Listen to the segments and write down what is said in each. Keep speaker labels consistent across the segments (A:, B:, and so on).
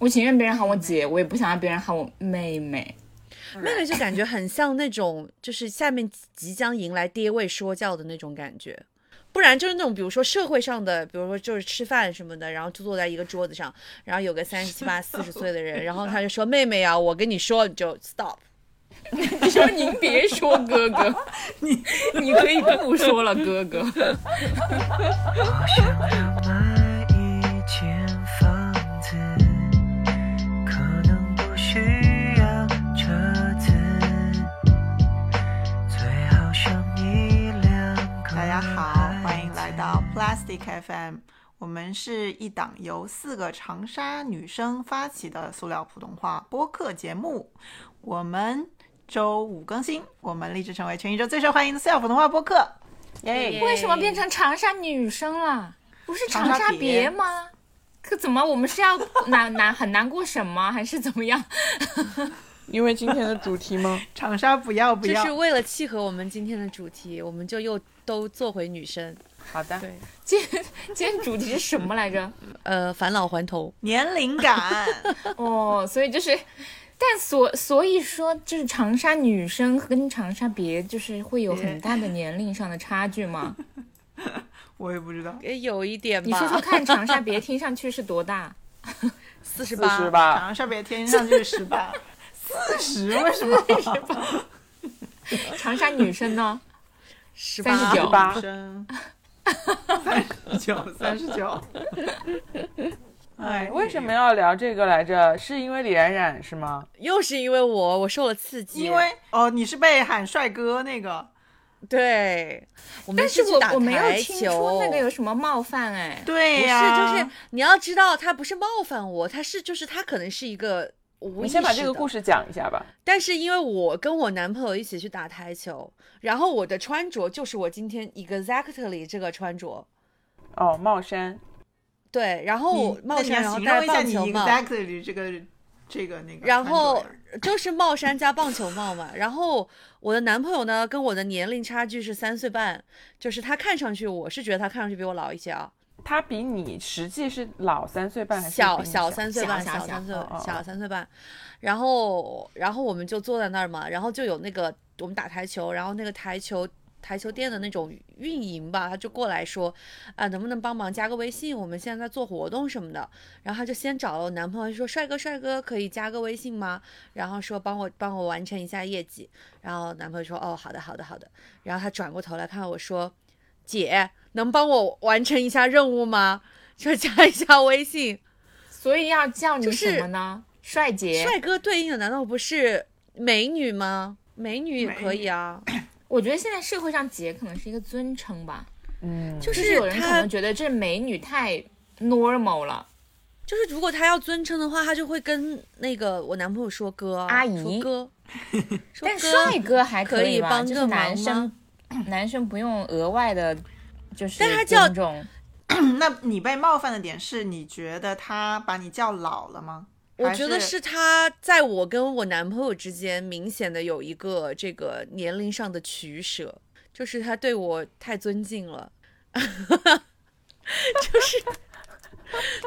A: 我情愿别人喊我姐，我也不想让别人喊我妹妹。
B: 妹妹就感觉很像那种，就是下面即将迎来爹位说教的那种感觉，不然就是那种，比如说社会上的，比如说就是吃饭什么的，然后就坐在一个桌子上，然后有个三十七八、四十岁的人，然后他就说：“妹妹啊，我跟你说，你就 stop。”
A: 你说您别说哥哥， 你你可以不说了哥 哥。
C: 我想买一间房子，可能不需要车子，最好像一辆可
D: 大
C: 爱的
D: 家好，欢迎来到 Plastic FM。我们是一档由四个长沙女生发起的塑料普通话播客节目。我们周五更新，我们立志成为全宇宙最受欢迎的塑料普通话播客。耶！
A: 为什么
E: 哎
A: 变成长沙女生了？不是
D: 长
A: 长
D: 沙
A: 沙
D: 别
A: 别吗？可怎么我们是要 难难很难过什么，还是怎么样？
E: 因为今天的主题吗？
D: 长沙不要不
B: 就
D: 要，
B: 是为了契合我们今天的主题，我们就又都做回女生，
E: 好的，
B: 对，
A: 今天今天主题是什么来着？
B: 呃，返老还童。
D: 年龄 感。
A: 哦，所以就是，但所所以说，就是长沙女生跟长沙别，就是会有很大的年龄上的差距 嘛？
D: 我也不知道，
B: 呃，有一点吧。
A: 你说说看，长沙别听上去是多大？
B: 四十
E: 四
B: 八，
E: 十吧，
D: 长沙别天上去十八，啊 四十为什么？
A: 长沙女生呢？
B: 十
A: 三十
E: 十
A: 九
E: 八
D: 女，生，三十九，三十九。哎，
E: 为什么要聊这个来着？是因为李冉冉是吗？
B: 又是因为我，我受了刺激。
D: 因为哦，你是被喊帅哥那个，
B: 对，我们
A: 但是
B: 去
A: 我
B: 打
A: 我没有
B: 台
A: 听
B: 球
A: 出那个有什么冒犯哎。
D: 对
B: 不是，
D: 呀、
B: 就是你要知道，他不是冒犯我，他是就是他可能是一个
E: 我
B: 无意
E: 们
B: 识
E: 先
B: 的。
E: 把这个故事讲一下吧。
B: 但是因为我跟我男朋友一起去打台球，然后我的穿着就是我今天 exactly 这个穿着，
E: 哦，帽衫，
B: 对，然后我
D: 你
B: 帽
D: 哦那你
B: 衫，
D: 要
B: 然后
D: 形
B: 戴
D: 容一下
B: 棒
D: 你
B: 球帽，
D: exactly 这个这个那个
B: 然
D: 穿着呀，
B: 后就是帽衫加棒球帽嘛。 然后我的男朋友呢，跟我的年龄差距是三岁半，就是他看上去，我是觉得他看上去比我老一些啊，
E: 他比你实际是老三岁半还是
B: 小
E: 比你
B: 小三岁
A: 小
B: 半，
A: 小小
B: 三岁
E: 哦哦，哦
B: 小三岁半。然后，然后我们就坐在那儿嘛，然后就有那个我们打台球，然后那个台球。台球店的那种运营吧，他就过来说，啊，能不能帮忙加个微信？我们现在在做活动什么的。然后他就先找了我男朋友，说帅哥帅哥，可以加个微信吗？然后说帮我帮我完成一下业绩。然后男朋友说哦，好的好的好的。然后他转过头来看我说，姐，能帮我完成一下任务吗？说加一下微信。
A: 所以要叫你
B: 就是
A: 什么呢？帅姐，
B: 帅哥对应的难道不是美女吗？美女也可以啊，
A: 我觉得现在社会上姐可能是一个尊称吧，
E: 嗯，
A: 就
B: 就
A: 是有人可
B: 他
A: 能觉得这美女太 normal 了，
B: 就是如果他要尊称的话，他就会跟那个我男朋友说哥啊
A: 阿姨
B: 说哥，说
A: 但
B: 哥
A: 帅哥还
B: 可以
A: 以吧，
B: 帮
A: 就
B: 个
A: 是男
B: 忙
A: 生
B: 吗，
A: 男生不用额外的，就是
B: 但他叫
A: 尊重
D: 那你被冒犯的点是你觉得他把你叫老了吗？
B: 我
D: 还
B: 觉得是他在我跟我男朋友之间明显的有一个这个年龄上的取舍，就是他对我太尊敬了， 就是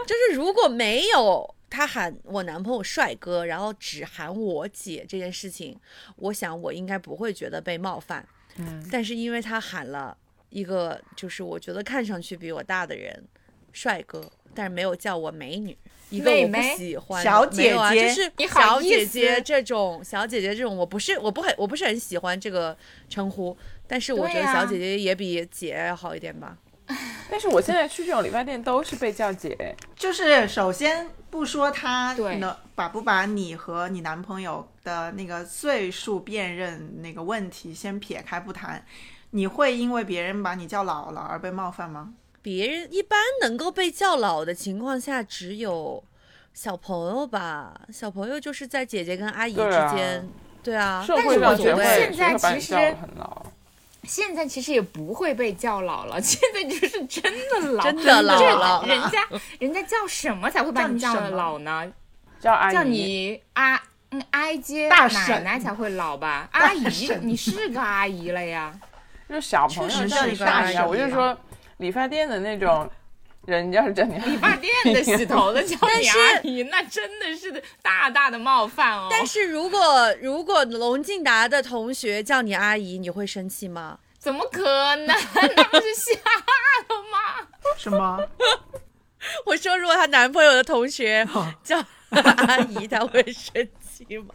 B: 就是如果没有他喊我男朋友帅哥，然后只喊我姐这件事情，我想我应该不会觉得被冒犯，
E: 嗯，
B: 但是因为他喊了一个就是我觉得看上去比我大的人，帅哥，但是没有叫我美女，一个
A: 妹
B: 我不
A: 妹
B: 喜欢的
D: 小姐
B: 没有啊，
D: 姐
B: 就是
A: 你好
B: 小
A: 意
B: 姐
A: 思
B: 姐这种小姐姐这种，我不是我不很我不是很喜欢这个称呼，但是我觉
A: 对
B: 得
A: 啊
B: 小姐姐也比姐好一点吧。
E: 但是我现在去这种理发店都是被叫姐，
D: 就是首先不说他
A: 对
D: 能把不把你和你男朋友的那个岁数辨认那个问题先撇开不谈，你会因为别人把你叫老了而被冒犯吗？
B: 别人一般能够被叫老的情况下，只有小朋友吧，小朋友就是在姐姐跟阿姨
E: 对
B: 之
E: 啊
B: 间，对啊，
E: 社
B: 但
E: 会
B: 是我
E: 上
A: 觉
E: 学
A: 得
E: 会
A: 现
E: 学
A: 在
E: 会把
A: 其
E: 你
A: 实
E: 叫得很老。
A: 现在其实也不会被叫老了，现在就是真的老，
B: 真的老
A: 就是
B: 了
A: 人家人家叫什么才会把
D: 叫
A: 你
D: 你
A: 叫
D: 什
A: 得
D: 么
A: 老呢？
E: 叫阿姨，
A: 叫你阿嗯阿姐
D: 大
A: 奶
D: 婶
A: 奶才会老吧？阿姨，
D: 婶
A: 你是个阿姨 了呀。
E: 就是小朋友
D: 确实
E: 叫
D: 是
E: 你
D: 一个
E: 大
D: 阿
E: 姨
D: 姨
E: 啊
D: 啊
E: 我就说理发店的那种人家是叫你
A: 理发店的洗头的叫你阿姨，那真的是大大的冒犯哦。
B: 但是如果如果龙静达的同学叫你阿姨，你会生气吗？
A: 怎么可能？ 那不是瞎了吗？
D: 什么？
B: 我说，如果她男朋友的同学
D: 哦
B: 叫阿姨，她会生气吗？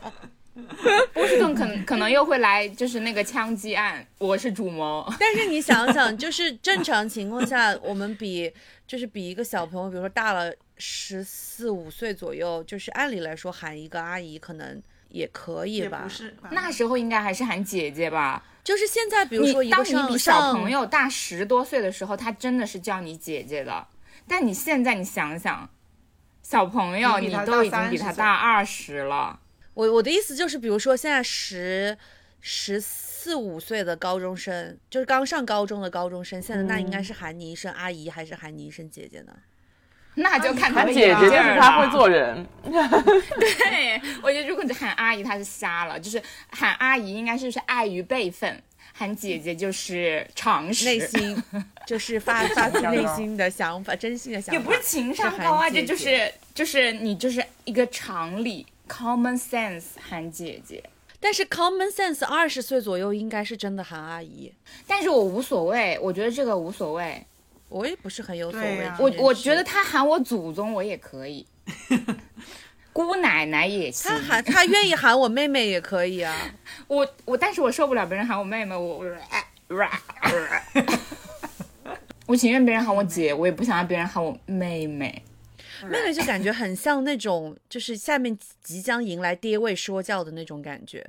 A: 波士顿可能可能又会来，就是那个枪击案，我是主谋。
B: 但是你想想，就是正常情况下，我们比就是比一个小朋友，比如说大了十四五岁左右，就是按理来说喊一个阿姨可能也可以
D: 也
B: 吧
D: 不。是吧，
A: 那时候应该还是喊姐姐吧。
B: 就是现在，比如说
A: 你
B: 一个
A: 当你
B: 上
A: 比小
B: 上嗯
A: 朋友大十多岁的时候，他真的是叫你姐姐的。但你现在你想想，小朋友
D: 你比
A: 你
D: 他大
A: 都已经比他
D: 30岁
A: 大二十了，
B: 我我的意思就是，比如说现在十十四五岁的高中生，就是刚上高中的高中生，现在那应
D: 嗯
B: 该是喊你一声阿姨，还是喊你一声姐姐呢？
A: 那就看他
E: 喊
A: 的
E: 姐
A: 眼
E: 姐，
A: 劲
E: 就是
A: 儿
E: 她会
A: 了
E: 做人。
A: 对，我觉得如果你喊阿姨，她是瞎了，就是喊阿姨应该是是碍于辈分，喊姐姐就是常识，
B: 内心 就是发发自内心的想法，真心的想
A: 也
B: 法，
A: 不是情商高啊，这
B: 是喊姐姐
A: 就是就是你就是一个常理，common sense 喊姐姐。
B: 但是 common sense 二十岁左右应该是真的喊阿姨，
A: 但是我无所谓，我觉得这个无所谓，
B: 我也不是很有所
D: 对
B: 谓
D: 呀。
A: 我啊我觉得她喊我祖宗我也可 以，姑奶奶也行
B: 他。喊他愿意喊我妹妹也可以啊，
A: 我我，但是我受不了别人喊我妹妹，我我 我情愿别人喊我姐，我也不想让别人喊我妹妹。
B: 妹妹就感觉很像那种就是下面即将迎来爹味说教的那种感觉。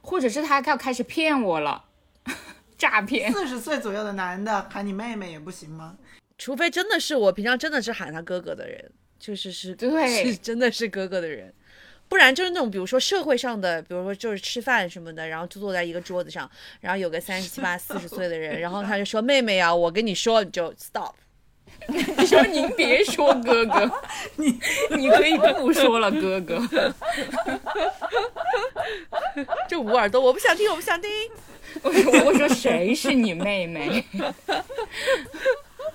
A: 或者是他要开始骗我了， 诈骗。
D: 四十岁左右的男的喊你妹妹也不行吗？
B: 除非真的是我平常真的是喊他哥哥的人，就是是
A: 对
B: 是真的是哥哥的人，不然就是那种比如说社会上的，比如说就是吃饭什么的，然后就坐在一个桌子上，然后有个三十七八、四十岁的人，然后他就说妹妹啊，我跟你说你就 stop，
A: 你说您别说哥哥， 你你可以不说了哥哥。
B: 就捂耳朵，我不想听，我不想听，
A: 我说我说谁是你妹妹？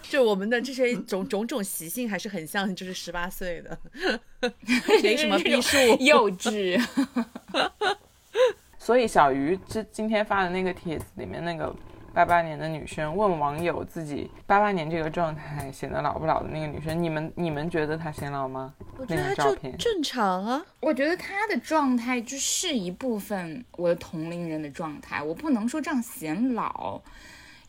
B: 就我们的这些种种种习性还是很像，就是十八岁的， 没什么逼数，
A: 幼稚。
E: 所以小鱼这今天发的那个帖子里面那个。八八年的女生问网友自己八八年这个状态显得老不老的那个女生，你们你们觉得她显老吗？
B: 我觉得
E: 那
B: 他
E: 个照
B: 就
E: 片，
B: 正常啊。
A: 我觉得他的状态就是一部分我的同龄人的状态，我不能说这样显老，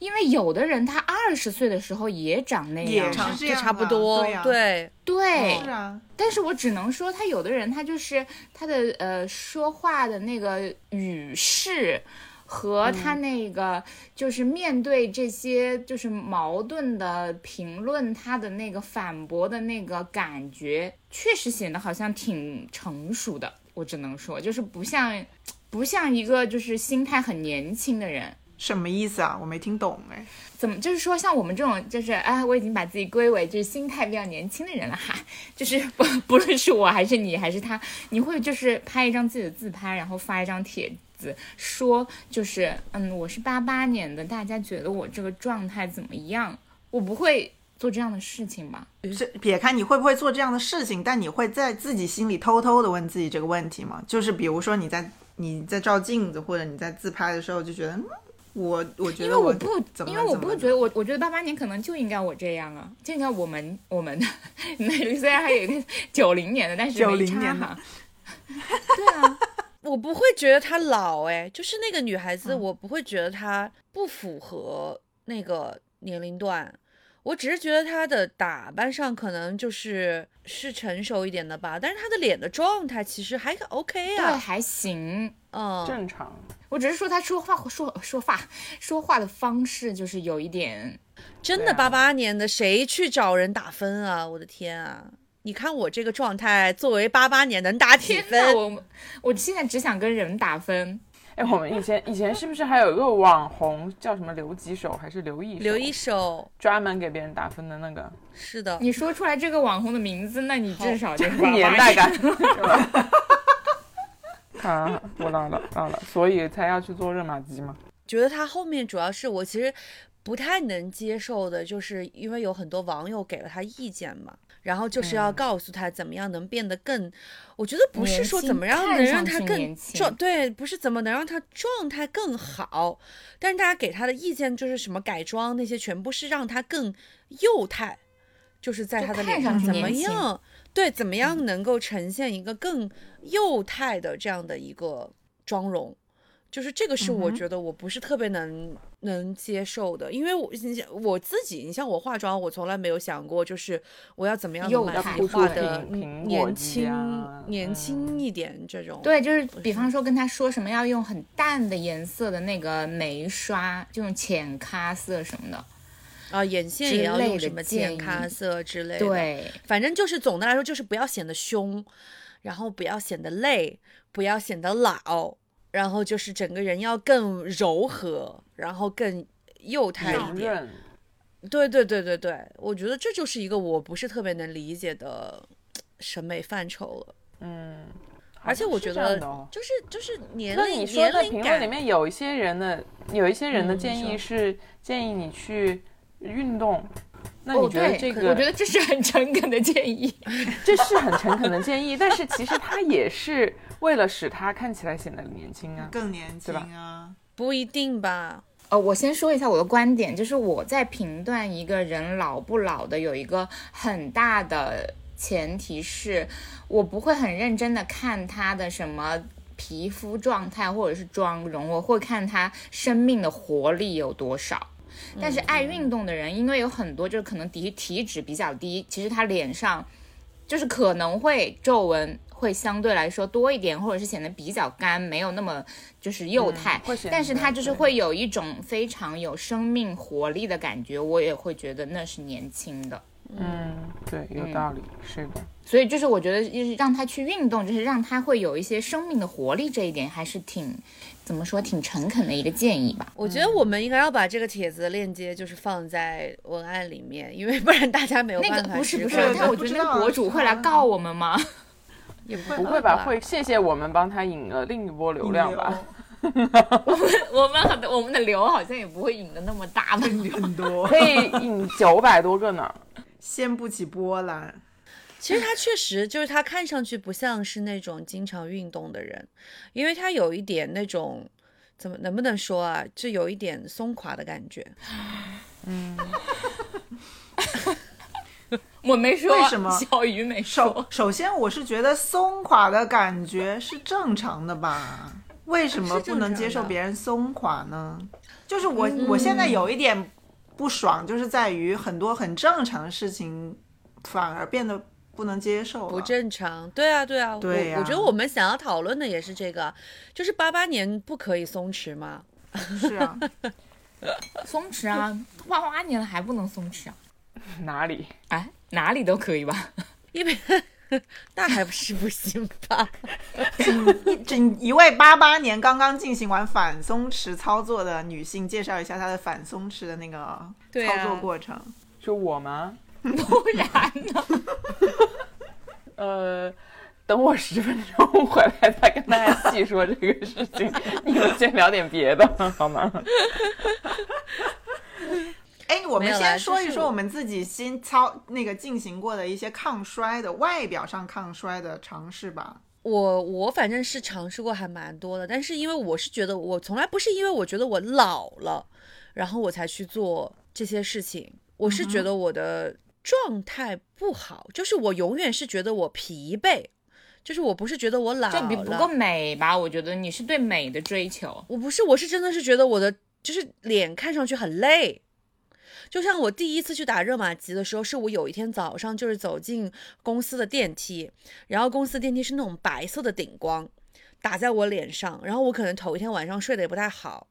A: 因为有的人他二十岁的时候也长那
D: 也
A: 样，
D: 长是这
B: 就
D: 样
B: 差不
D: 啊
B: 多，
D: 对呀
B: 对，
A: 对，
D: 是啊，
A: 但是我只能说，他有的人他就是他的呃说话的那个语势。和他那个就是面对这些就是矛盾的评论，他的那个反驳的那个感觉，确实显得好像挺成熟的。我只能说，就是不像，不像一个就是心态很年轻的人。
D: 什么意思啊？我没听懂哎。
A: 怎么就是说像我们这种就是啊，我已经把自己归为就是心态比较年轻的人了哈，就是 不不论是我还是你还是他，你会就是拍一张自己的自拍，然后发一张帖子说就是嗯，我是八八年的，大家觉得我这个状态怎么样？我不会做这样的事情吧？
D: 这撇开你会不会做这样的事情，但你会在自己心里偷偷的问自己这个问题吗？就是比如说你在你在照镜子或者你在自拍的时候，就觉得嗯，我我觉
A: 因
D: 得
A: 为我
D: 怎么
A: 不
D: 了，怎么
A: 因为我不
D: 了
A: 觉得我，我觉得八八年可能就应该我这样啊，就应该我们我们那 虽然还有一个九零年的，但是没
D: 90
A: 差
D: 年的
A: 哈。对啊。
B: 我不会觉得她老哎，就是那个女孩
A: 嗯
B: 子，我不会觉得她不符合那个年龄段，我只是觉得她的打扮上可能就是是成熟一点的吧，但是她的脸的状态其实还 OK
A: 对，
B: 啊，
A: 还行。
B: 嗯，
E: 正常。
A: 我只是说他说话说说话说话的方式就是有一点，
B: 真
E: 对
B: 的
E: 啊
B: 八八年的谁去找人打分啊？我的天啊！你看我这个状态，作为八八年能打几
A: 天哪！
B: 分？
A: 我我现在只想跟人打分，
E: 哎，我们以前以前是不是还有一个网红叫什么刘几手还是刘一手
B: 留一手，
E: 专门给别人打分的 那个，
B: 是的，
A: 你说出来这个网红的名字，那你至少就是
E: 年代
A: 88
E: 感是 吧？啊，我老了老了，所以才要去做热玛吉嘛。
B: 觉得他后面主要是我其实不太能接受的，就是因为有很多网友给了他意见嘛，然后就是要告诉他怎么样能变得更，我觉得不是
A: 嗯年
B: 说怎
A: 轻
B: 么样
A: 看
B: 能
A: 上
B: 让他
A: 去
B: 更
A: 年
B: 状，
A: 轻
B: 对，不是怎么能让他状态更好，但是大家给他的意见就是什么改装那些，全部是让他更幼态，就是在
A: 就
B: 他的
A: 看
B: 脸
A: 上
B: 上
A: 去
B: 怎么
A: 年轻嗯
B: 样，对，怎么样能够呈现一个更幼态的这样的一个妆容。就是这个是我
D: 嗯哼
B: 觉得我不是特别能、能接受的，因为我你像我自己，你像我化妆，我从来没有想过就是我要怎么样能
A: 幼
B: 把
A: 态
B: 自己化
E: 要
B: 的
E: 铺出苹苹果
B: 年
E: 肌
B: 轻、
E: 啊
B: 年轻一点这种。
A: 嗯对，就是比方说跟他说什么要用很淡的颜色的那个眉刷，就用浅咖色什么的。
B: 啊，眼线
A: 之
B: 也要
A: 类
B: 用
A: 的
B: 什么
A: 建
B: 浅咖
A: 议
B: 色之类的。，
A: 对，
B: 反正就是总的来说就是不要显得凶，然后不要显得累，不要显得老，然后就是整个人要更柔和，然后更幼态
E: 柔
B: 一点。
E: 润，
B: 对对对对对，我觉得这就是一个我不是特别能理解的审美范畴了。
E: 嗯，好
B: 而且
E: 像
B: 我
E: 是
B: 觉
E: 这样
B: 得
E: 的哦
B: 就是就是年
E: 那
B: 龄
E: 你说
B: 年
E: 的
B: 龄
E: 评
B: 感
E: 论里面有一些人的有一些人的
B: 嗯
E: 建
B: 你
E: 议
B: 说
E: 是建议你去运动，那
A: 哦
E: 你觉得
A: 对，
E: 这
A: 我
E: 个
A: 觉得这是很诚恳的建议。
E: 这是很诚恳的建议，但是其实他也是为了使他看起来显得年轻啊。
D: 更年轻
E: 对吧
D: 啊，
B: 不一定吧？
A: 呃，我先说一下我的观点，就是我在评断一个人老不老的有一个很大的前提是，我不会很认真的看他的什么皮肤状态或者是妆容，我会看他生命的活力有多少。但是
E: 嗯
A: 爱运动的人，因为有很多就是可能体体脂比较低，其实他脸上就是可能会皱纹会相对来说多一点，或者是显得比较干，没有那么就是幼态。
E: 嗯会显
A: 但是
E: 得
A: 他就是
E: 对
A: 会有一种非常有生命活力的感觉，我也会觉得那是年轻的。
E: 嗯，对，有
A: 嗯
E: 道理，是的。
A: 所以就是我觉得，就是让他去运动，就是让他会有一些生命的活力，这一点还是挺怎么说，挺诚恳的一个建议吧。
B: 我觉得
E: 嗯
B: 我们应该要把这个帖子的链接就是放在文案里面，因为不然大家没有
A: 那
B: 办
A: 个
B: 法
A: 不是
B: 知
A: 不是
B: 道，啊
A: 但我觉得那个博主会来告我们吗？
B: 也
E: 不会
B: 嗯
E: 吧？会谢谢我们帮他引了另一波流量吧？
A: 我们很我们的流好像也不会引的那么大吧？
D: 很多，
E: 可以引九百多个呢。
D: 掀不起波澜。
B: 其实他确实就是他看上去不像是那种经常运动的人，因为他有一点那种怎么能不能说啊，就有一点松垮的感觉。
A: 我没说，
D: 为什么
A: 小鱼没
D: 首
A: 说。
D: 首先，我是觉得松垮的感觉是正常的吧？为什么
B: 是正
D: 不能接受别人松垮呢？就是我、
B: 嗯
D: 我现在有一点不爽，就是在于很多很正常的事情反而变得不能接受
B: 不
D: 了。
B: 正常，对啊，对啊，
D: 对
B: 我我
D: 呀
B: 觉得我们想要讨论的也是这个，就是八八年不可以松弛吗？
D: 是啊，
A: 松弛啊，花花年了还不能松弛啊？
E: 哪里？
A: 哎，哪里都可以吧？
B: 因为那还不是不行吧？
D: 一整一位八八年刚刚进行完反松弛操作的女性，介绍一下她的反松弛的那个
B: 对啊
D: 操作过程。
E: 是我吗？
A: 不然呢？
E: 呃，等我十分钟 回来再跟大家细说这个事情。你们先聊点别的好吗？
D: 哎，我
B: 没
D: 们
B: 有啦
D: 先说
B: 就
D: 一
B: 是
D: 说
B: 我
D: 我们自己新操那个进行过的一些抗衰的外表上抗衰的尝试吧。
B: 我我反正是尝试过还蛮多的，但是因为我是觉得我从来不是因为我觉得我老了，然后我才去做这些事情，
D: 嗯
B: 我是觉得我的状态不好，就是我永远是觉得我疲惫，就是我不是觉得我老了，
A: 这比不够美吧？我觉得你是对美的追求。
B: 我不是，我是真的是觉得我的就是脸看上去很累。就像我第一次去打热玛吉的时候，是我有一天早上就是走进公司的电梯，然后公司电梯是那种白色的顶光打在我脸上，然后我可能头一天晚上睡得也不太好，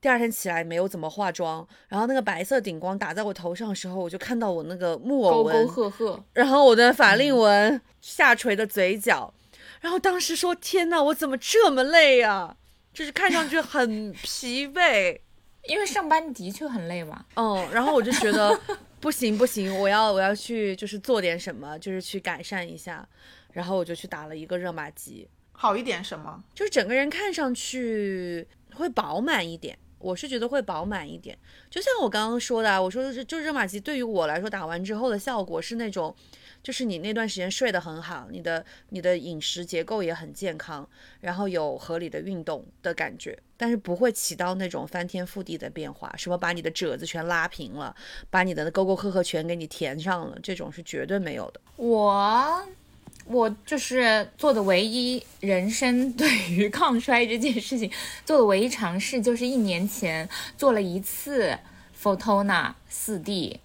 B: 第二天起来没有怎么化妆，然后那个白色顶光打在我头上的时候，我就看到我那个木偶
A: 沟
B: 纹
A: 沟壑壑，
B: 然后我的法令纹、下垂的嘴角，然后当时说：“天呐，我怎么这么累呀、就是看上去很疲惫。
A: 因为上班的确很累吧？
B: 嗯，然后我就觉得不行不行，我要我要去就是做点什么，就是去改善一下。然后我就去打了一个热玛吉，
D: 好一点什么？
B: 就是整个人看上去会饱满一点。我是觉得会饱满一点。就像我刚刚说的啊，我说的是，就是热玛吉对于我来说，打完之后的效果是那种，就是你那段时间睡得很好，你的你的饮食结构也很健康，然后有合理的运动的感觉，但是不会起到那种翻天覆地的变化，什么把你的褶子全拉平了，把你的那沟沟壑壑全给你填上了，这种是绝对没有的。
A: 我我就是做的唯一人生对于抗衰这件事情做的唯一尝试，就是一年前做了一次 Fotona 四 D。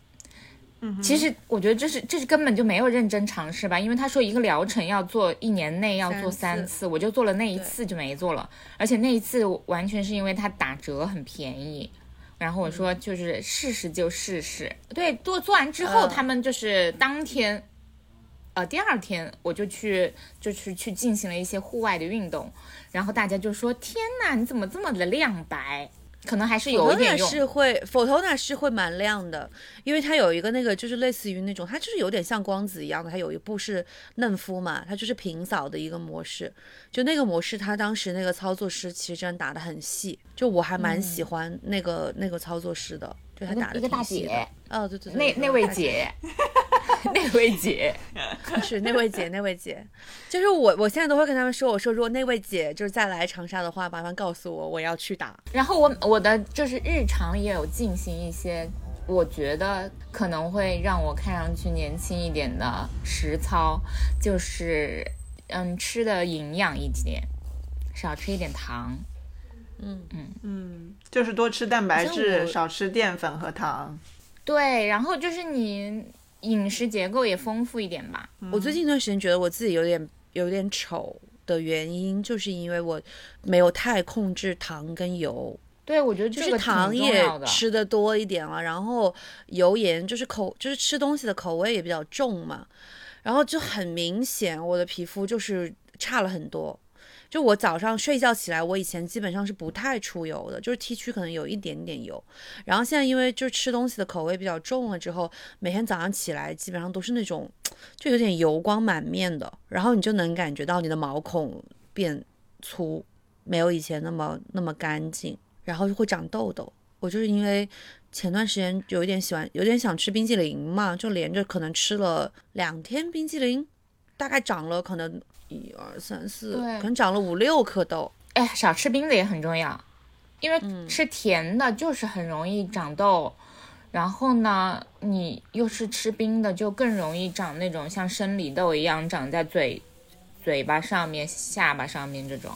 A: 其
B: 嗯
A: 实我觉得这是这是根本就没有认真尝试吧，因为他说一个疗程要做一年内要做
B: 三
A: 三
B: 次
A: 次，我就做了那一次就没做了，而且那一次完全是因为它打折很便宜，然后我说
B: 嗯
A: 就是试试就试试，对，做做完之后
B: 嗯
A: 他们就是当天呃，第二天我就去，就去去进行了一些户外的运动，然后大家就说：“天呐，你怎么这么的亮白？”可能还是有一点
B: Fotona
A: 用。
B: 是会，Fotona 是会蛮亮的，因为它有一个那个就是类似于那种，它就是有点像光子一样的，它有一部是嫩肤嘛，它就是平扫的一个模式，就那个模式，它当时那个操作师其实真的打得很细，就我还蛮喜欢那个、那个操作师的，就他
A: 一个
B: 打的
A: 哦一个大姐，
B: 哦对对对，
A: 那
B: 对
A: 那位
B: 大
A: 姐，那位姐，
B: 是那位姐，那位姐，就是我，我现在都会跟他们说，我说如果那位姐就是再来长沙的话，麻烦告诉我，我要去打。
A: 然后我我的就是日常也有进行一些，我觉得可能会让我看上去年轻一点的实操，就是嗯吃的营养一点，少吃一点糖。
D: 嗯，就是多吃蛋白
B: 好像
D: 质，
B: 我
D: 少吃淀粉和糖。
A: 对，然后就是你饮食结构也丰富一点吧。
B: 我最近一段时间觉得我自己有点有点丑的原因，就是因为我没有太控制糖跟油，
A: 对，我觉得
B: 就
A: 这
B: 是
A: 个
B: 糖
A: 挺重
B: 也
A: 要的。
B: 吃的多一点了，然后油盐就是口就是吃东西的口味也比较重嘛，然后就很明显我的皮肤就是差了很多。就我早上睡觉起来，我以前基本上是不太出油的，就是 T 区可能有一点点油，然后现在因为就是吃东西的口味比较重了之后，每天早上起来基本上都是那种就有点油光满面的，然后你就能感觉到你的毛孔变粗，没有以前那么那么干净，然后就会长痘痘。我就是因为前段时间有一点喜欢，有点想吃冰激凌嘛，就连着可能吃了两天冰激凌，大概长了可能一二三四，
A: 对
B: 可能长了五六颗痘。
A: 哎，少吃冰的也很重要，因为吃甜的就是很容易长痘，然后呢，你又是吃冰的，就更容易长那种像生理痘一样长在嘴、嘴巴上面、下巴上面这种。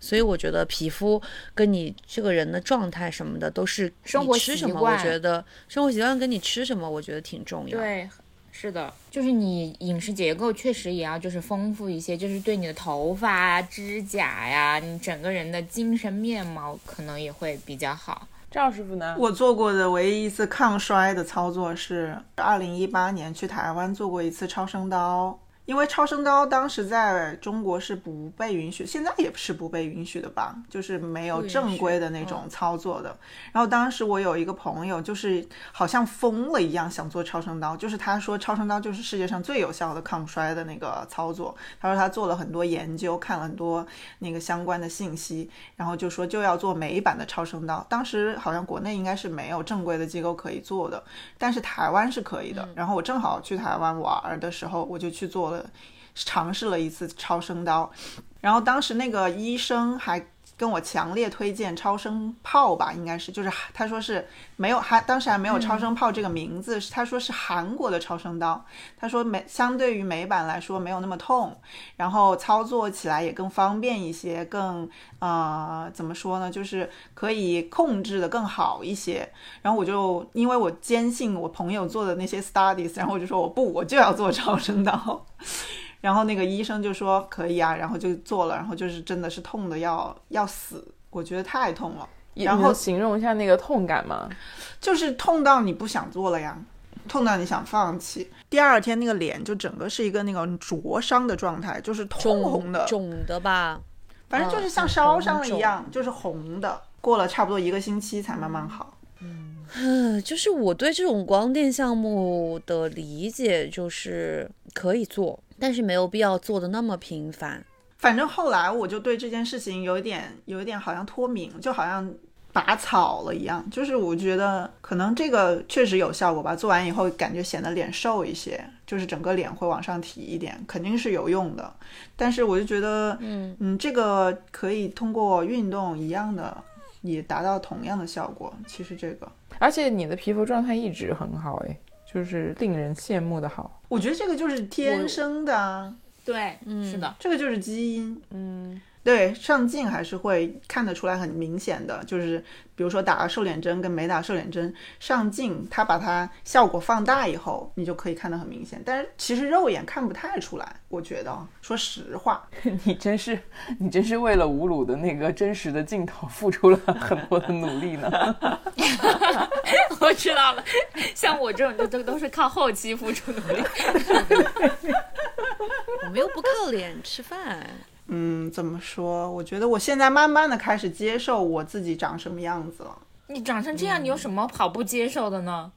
B: 所以我觉得皮肤跟你这个人的状态什么的都是
A: 生
B: 你
A: 活
B: 吃
A: 习
B: 什么，我
A: 惯
B: 觉得生活习惯跟你吃什么，我觉得挺重要。，
A: 对，是的，就是你饮食结构确实也要就是丰富一些，就是对你的头发啊、指甲呀、你整个人的精神面貌可能也会比较好。
E: 赵师傅呢？
D: 我做过的唯一一次抗衰的操作是二零一八年去台湾做过一次超声刀，因为超声刀当时在中国是不被允许，现在也是不被允许的吧，就是没有
B: 不允许
D: 正规的那种操作的。然后当时我有一个朋友，就是好像疯了一样想做超声刀，就是他说超声刀就是世界上最有效的抗衰的那个操作。他说他做了很多研究，看了很多那个相关的信息，然后就说就要做美版的超声刀。当时好像国内应该是没有正规的机构可以做的，但是台湾是可以的。然后我正好去台湾玩儿的时候，我就去做了，尝试了一次超声刀。然后当时那个医生还跟我强烈推荐超声炮吧，应该是就是他说是没有还当时还没有超声炮这个名字，他说是韩国的超声刀，他说美相对于美版来说没有那么痛，然后操作起来也更方便一些，更呃怎么说呢，就是可以控制的更好一些。然后我就因为我坚信我朋友做的那些 studies，然后我就说我不我就要做超声刀。然后那个医生就说可以啊，然后就做了，然后就是真的是痛的要要死，我觉得太痛了，
E: 也
D: 然
E: 你
D: 后
E: 能形容一下那个痛感吗？
D: 就是痛到你不想做了呀，痛到你想放弃。第二天那个脸就整个是一个那种灼伤的状态，就是通红
B: 肿
D: 的，
B: 肿嗯的吧，
D: 反正就是像烧伤了一样，就是红的。过了差不多一个星期才慢慢好。
B: 嗯，就是我对这种光电项目的理解就是可以做，但是没有必要做的那么频繁。
D: 反正后来我就对这件事情有一点有一点好像脱敏，就好像。拔草了一样。就是我觉得可能这个确实有效果吧，做完以后感觉显得脸瘦一些，就是整个脸会往上提一点，肯定是有用的。但是我就觉得，嗯这个可以通过运动一样的，也达到同样的效果。其实这个。
E: 而且你的皮肤状态一直很好，哎，就是令人羡慕的好。
D: 我觉得这个就是天生的啊，
A: 对，嗯，是的，
D: 这个就是基因。
E: 嗯，
D: 对，上镜还是会看得出来很明显的，就是比如说打了瘦脸针跟没打瘦脸针，上镜它把它效果放大以后，你就可以看得很明显。但是其实肉眼看不太出来，我觉得，说实话，
E: 你真是，你真是为了吴鲁的那个真实的镜头付出了很多的努力呢。
A: 我知道了。像我这种就都都是靠后期付 出努力。
B: 我们又不靠脸吃饭，
D: 嗯，怎么说？我觉得我现在慢慢的开始接受我自己长什么样子了，
A: 你长成这样，你有什么好不接受的呢？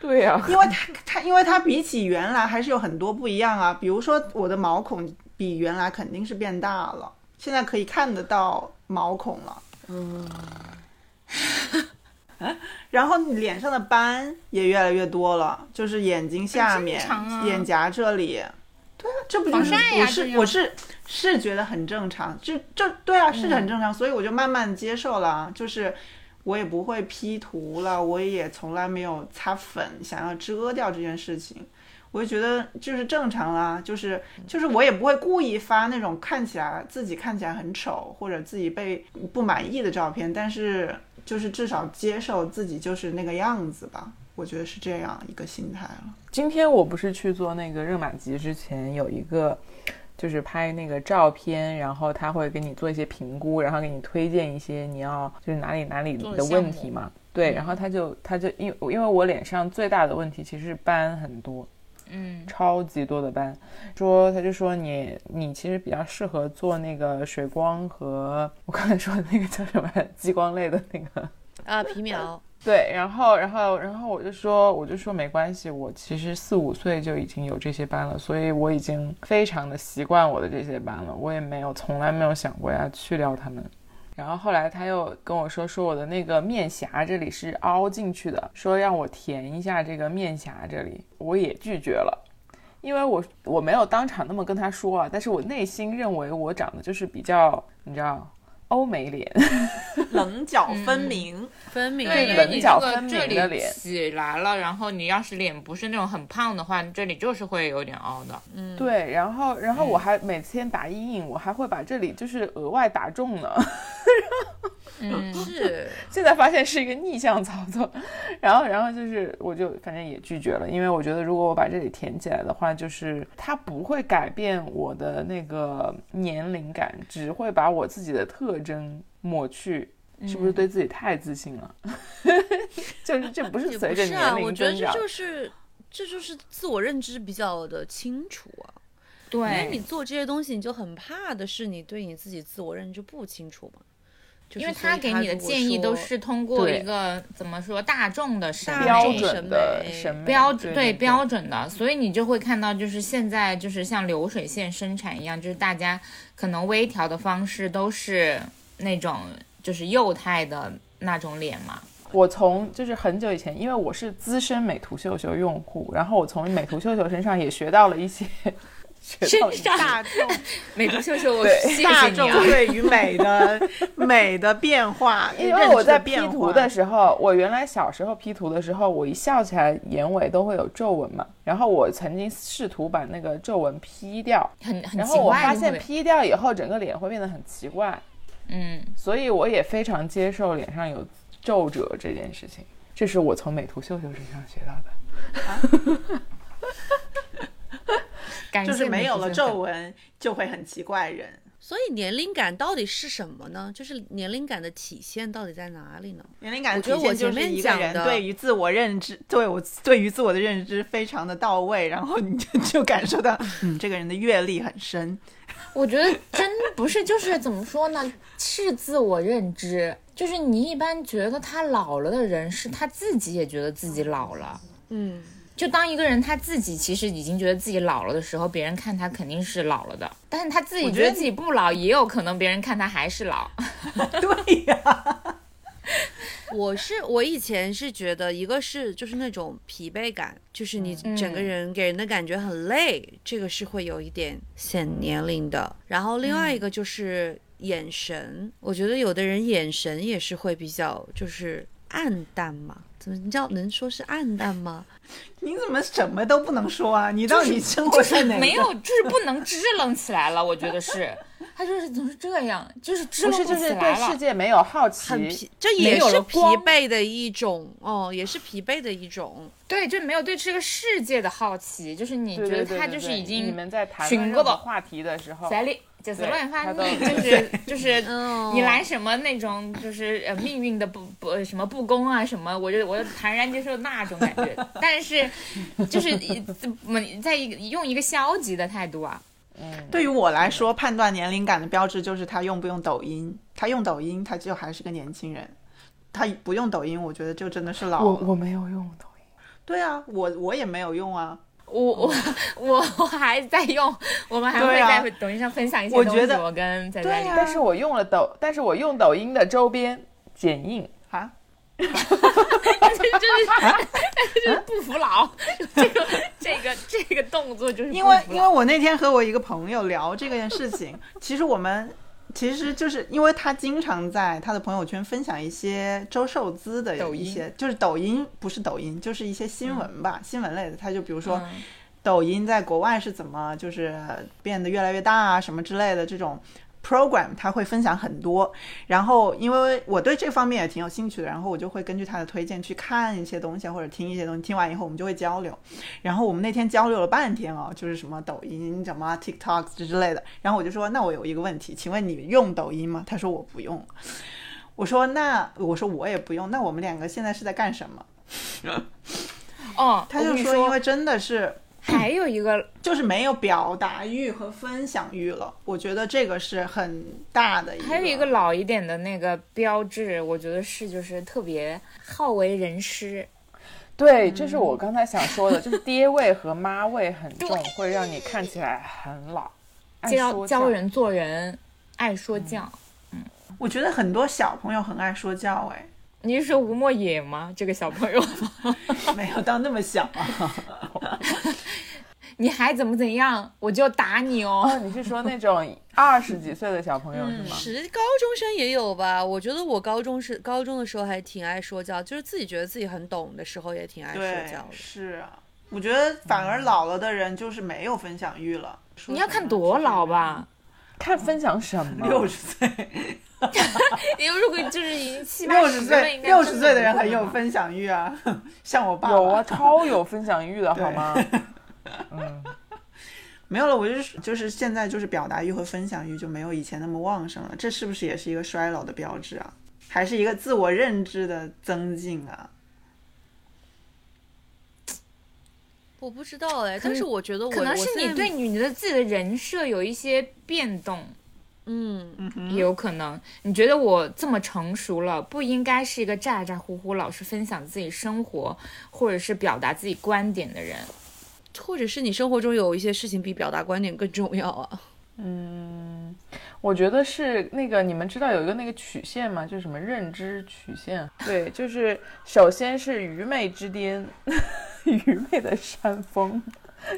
E: 对呀、
D: 因为它它因为它比起原来还是有很多不一样啊，比如说我的毛孔比原来肯定是变大了，现在可以看得到毛孔了。
A: 嗯
D: 然后你脸上的斑也越来越多了，就是眼睛下面、
A: 很正常啊
D: 眼颊这里。对啊，这不
A: 防
D: 就是
A: 晒呀这
D: 我是
A: 种
D: 我是是觉得很正常，这这对啊是
A: 嗯
D: 很正常，所以我就慢慢接受了啊，就是我也不会 P 图了，我也从来没有擦粉想要遮掉这件事情，我就觉得就是正常啦，就是就是我也不会故意发那种看起来自己看起来很丑或者自己被不满意的照片，但是就是至少接受自己就是那个样子吧，我觉得是这样一个心态了。
E: 今天我不是去做那个热玛吉之前有一个，就是拍那个照片，然后他会给你做一些评估，然后给你推荐一些你要就是哪里哪里
A: 做的
E: 的
A: 项
E: 问
A: 目嗯
E: 题嘛。对，然后他就他就因为因为我脸上最大的问题其实是斑很多，
A: 嗯，
E: 超级多的斑，说他就说你你其实比较适合做那个水光和我刚才说的那个叫什么 来着激光类的那个
B: 啊，皮秒，
E: 对，然后，然后，然后我就说，我就说没关系，我其实四五岁就已经有这些斑了，所以我已经非常的习惯我的这些斑了，我也没有从来没有想过要去掉它们。然后后来他又跟我说，说我的那个面颊这里是凹进去的，说让我填一下这个面颊这里，我也拒绝了。因为我我没有当场那么跟他说啊，但是我内心认为我长得就是比较，你知道，欧美脸，
D: 棱角分
B: 嗯
D: 明，
B: 分明
A: 对，因
E: 棱
A: 为你
E: 角
A: 这个
E: 分
A: 这
E: 明的
A: 里
E: 脸
A: 起来了，然后你要是脸不是那种很胖的话，这里就是会有点凹的。
B: 嗯
E: 对，然后然后我
B: 哎
E: 还每天打阴影，我还会把这里就是额外打中呢。
B: 是
E: 现在发现是一个逆向操作，然后然后就是我就反正也拒绝了，因为我觉得如果我把这里填起来的话，就是它不会改变我的那个年龄感，只会把我自己的特征抹去。是
B: 嗯
E: 不是对自己太自信了？ 就是这不是
B: 也
E: 随
B: 不
E: 着
B: 是
E: 年
B: 啊，我
E: 龄
B: 觉得
E: 增
B: 这
E: 长，
B: 就是这就是自我认知比较的清楚啊。因为你
A: 对，
B: 做这些东西，你就很怕的是你对你自己自我认知不清楚嘛。就是
A: 因为
B: 所以
A: 他给你的
B: 如果
A: 建议都
B: 说
A: 是通过
E: 对
A: 一个怎么说大众的审
B: 大
E: 标
A: 美
B: 众
E: 准的
B: 审
E: 审
B: 美
E: 美
A: 标准
E: 对
A: 标准的，所以你就会看到，就是现在就是像流水线生产一样，就是大家可能微调的方式都是那种就是幼态的那种脸嘛。
E: 我从就是很久以前，因为我是资深美图秀秀用户，然后我从美图秀秀身上也学到了一些，学到了一些
A: 身上
D: 大众
A: 美图秀秀，我
E: 对
A: 谢
D: 大
A: 谢你
D: 众
A: 啊！
D: 对于美的 美的变化，
E: 因
D: 认
E: 为
D: 知
E: 我在 P
D: 变
E: 图
D: 化
E: 的时候，我原来小时候 P 图的时候，我一笑起来眼尾都会有皱纹嘛。然后我曾经试图把那个皱纹 P 掉，
A: 很很
E: 然
A: 奇
E: 后我
A: 怪，
E: 发
A: 对不
E: 现
A: 对
E: P 掉以后，整个脸会变得很奇怪，
A: 嗯，
E: 所以我也非常接受脸上有皱褶这件事情。这是我从美图秀秀身上学到的。
A: 感谢
D: 就是没有
A: 美
D: 了
A: 图秀秀
D: 皱，纹就会很奇怪人。
B: 所以年龄感到底是什么呢？就是年龄感的体现到底在哪里呢？
D: 年龄感
B: 我
D: 的
B: 觉得我
D: 体现
B: 前
D: 就是
B: 面
D: 一个
B: 讲
D: 人
B: 的
D: 对于自我认知，对我对于自我的认知非常的到位，然后你就就感受到，嗯，这个人的阅历很深。
A: 我觉得真不是，就是怎么说 呢，是自我认知。就是你一般觉得他老了的人，是他自己也觉得自己老了。
B: 嗯，
A: 就当一个人他自己其实已经觉得自己老了的时候，别人看他肯定是老了的，但是他自己
D: 我觉
A: 觉
D: 得
A: 得自己不老，也有可能别人看他还是老。
D: 对呀、
B: 我是我以前是觉得，一个是就是那种疲惫感，就是你
A: 嗯
B: 整个人给人的感觉很累，这个是会有一点显年龄的。然后另
A: 嗯
B: 外一个就是眼神，我觉得有的人眼神也是会比较就是暗淡嘛，怎么你知道能说是暗淡吗？
D: 你怎么什么都不能说啊？你到底生活在哪个？
A: 没有，就是不能支棱起来了。 我觉得是，他就是总是这样，就是支
E: 不
A: 棱
E: 是就
A: 起
E: 是
A: 来
E: 对
A: 了。
E: 世界没有好
B: 很
E: 奇
B: 疲，，这
A: 没
B: 也
A: 有
B: 是
A: 了
B: 疲
A: 光
B: 惫的一种哦，也是疲惫的一种。
A: 对，就没有对这个世界的好奇，就是你
E: 对
A: 觉
E: 对
A: 得
E: 对
A: 他
E: 对
A: 就是
E: 对
A: 已
E: 你
A: 经
E: 们在谈
A: 寻
E: 论
A: 过
E: 任何
A: 吧
E: 话题的时候，
A: 在里就是
E: 对
A: 乱发
E: 他都
A: 腻， 就是就是
B: 嗯
A: 你来什么那种就是呃命运的不不什么不公啊什么，我就我就坦然接受那种感觉，但是就是一嗯在一个用一个消极的态度啊，
D: 对于我来说，判断年龄感的标志就是他用不用抖音。他用抖音，他就还是个年轻人；他不用抖音，我觉得就真的是老
E: 我
D: 了。
E: 我没有用抖音，
D: 对啊，我我也没有用啊。
A: 我我 我我还在用，我们还会
D: 对啊
A: 在抖音上分享一些
D: 我
A: 东
D: 觉
A: 西，
D: 得
A: 我跟仔仔
D: 对啊
A: 里
D: 呀、
E: 但是我用了抖，但是我用抖音的周边剪映，
D: 啊，啊，
A: 但是 就是，但 是就是不服老，这个这个这个动作就是不
D: 因为
A: 服
D: 因
A: 老嗯
D: 为我那天和我一个朋友聊这件事情， 其实我们其实就是因为他经常在他的朋友圈分享一些周受资的
A: 抖
D: 一
A: 音
D: 些，就是抖音不是抖音，就是一些新闻吧，新闻类的。他就比如说，
A: 嗯
D: 抖音在国外是怎么就是变得越来越大啊什么之类的这种 program，他会分享很多。然后因为我对这方面也挺有兴趣的，然后我就会根据他的推荐去看一些东西啊或者听一些东西。听完以后我们就会交流。然后我们那天交流了半天哦，就是什么抖音、什么 TikTok 之类的。然后我就说，那我有一个问题，请问你用抖音吗？他说我不用。我说那我说我也不用，那我们两个现在是在干什么？
A: 哦，
D: 他
A: 我
D: 就
A: 跟你
D: 说因为真的是
A: 还有一个
D: 就是没有表达欲和分享欲了。我觉得这个是很大的一个。
A: 还有一个老一点的那个标志，我觉得是就是特别好为人师，
E: 对，这是
A: 嗯
E: 我刚才想说的，就是爹味和妈味很重，会让你看起来很老，爱
A: 教
E: 说
A: 教
E: 教
A: 人做人，爱说教。
D: 嗯我觉得很多小朋友很爱说教，哎，
A: 你是说吴莫野吗？这个小朋友，
D: 没有到那么小啊。
A: 你还怎么怎样，我就打你
E: 哦，
A: 哦。
E: 你 是说那种二十几岁的小朋友是
A: 嗯
E: 吗？
B: 其实高中生也有吧，我觉得我高中是高中的时候还挺爱说教，就是自己觉得自己很懂的时候也挺爱说
D: 对
B: 教，的。
D: 是啊。我觉得反而老了的人就是没有分享欲了。
A: 你要看多老？吧？
D: 嗯
E: 看分享什么？
D: 六十岁，
A: 你如果就是已经七八
D: 六十
A: 了
D: 岁
A: 应，该
D: 六
A: 真
D: 十
A: 的
D: 岁的
A: 不
D: 人
A: 会
D: 很有
A: 吧
D: 分享欲啊， 像我爸爸
E: 有啊，超有分享欲的
D: 对
E: 好吗？嗯，
D: 没有了，我就是就是现在就是表达欲和分享欲就没有以前那么旺盛了，这是不是也是一个衰老的标志啊？还是一个自我认知的增进啊？
B: 我不知道哎，但是我觉得我
A: 可能是
B: 我现
A: 你
B: 在
A: 对你的自己的人设有一些变动，
B: 嗯，
A: 也有可能你觉得我这么成熟了，不应该是一个咋咋呼呼、老是分享自己生活或者是表达自己观点的人。
B: 或者是你生活中有一些事情比表达观点更重要啊。
E: 我觉得是那个，你们知道有一个那个曲线吗？就是什么认知曲线？对，就是首先是愚昧之巅， 愚昧的山峰，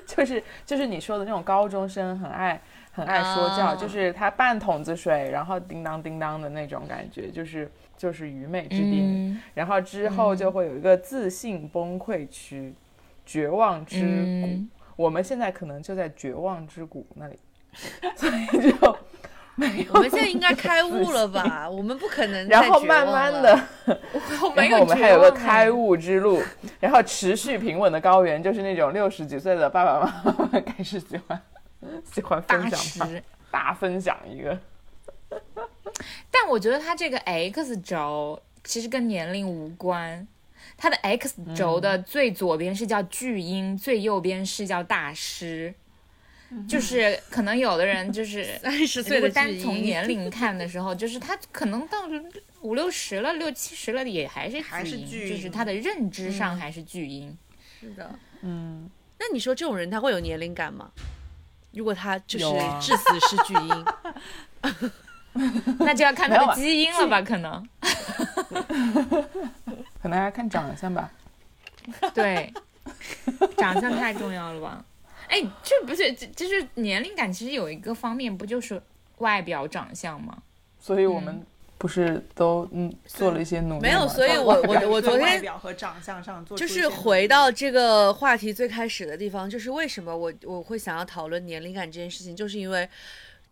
E: 就是就是你说的那种高中生很爱很爱说教，
B: 啊
E: 就是他半桶子水，然后叮当叮当的那种感觉，就是就是愚昧之巅。
A: 嗯
E: 然后之后就会有一个自信崩溃区、绝望之谷。
A: 嗯
E: 我们现在可能就在绝望之谷那里， 所以就没有。
B: 我们现在应该开悟 了吧？我们不可能
E: 然
B: 再
E: 后
B: 绝
E: 慢
B: 望
E: 慢
B: 了
E: 的，
A: 我 没
E: 然
A: 有
E: 后我们
A: 绝
E: 还有个
A: 望
E: 开
A: 哎
E: 悟之路，然后持续平稳的高原，就是那种六十几岁的爸爸妈妈们 开始喜欢喜欢
A: 八
E: 分
A: 十
E: 享吧，，大分享一个。
A: 但我觉得它这个 X 轴其实跟年龄无关。它的 X 轴的最左边是叫巨婴，最右边是叫大师，嗯就是可能有的人就是
B: 三哎十岁
A: 如
B: 的
A: 果
B: 巨
A: 单从
B: 婴
A: 年龄看的时候，就是他可能到五六十了、六七十了，也还是
D: 还是
A: 婴
D: 巨
A: 就是
D: 婴
A: 他的认
B: 嗯
A: 知上还是巨婴。
B: 是的，嗯。那你说这种人他会有年龄感吗？如果他就是
E: 有啊
B: 至死是巨婴，
A: 那就要看
E: 没有
A: 他
E: 啊
A: 的基因了吧？可能
E: 可能还看长相吧。
A: 对，长相太重要了吧？哎，这不是，这这是年龄感，其实有一个方面不就是外表长相吗？
E: 所以我们不是都嗯做了一些努力吗，
B: 没有所以
E: 包
B: 我
E: 括
B: 我我昨天
D: 外表和长相上做出
B: 就
D: 一些
B: 是回到这个话题最开始的地方，就是为什么我我会想要讨论年龄感这件事情，就是因为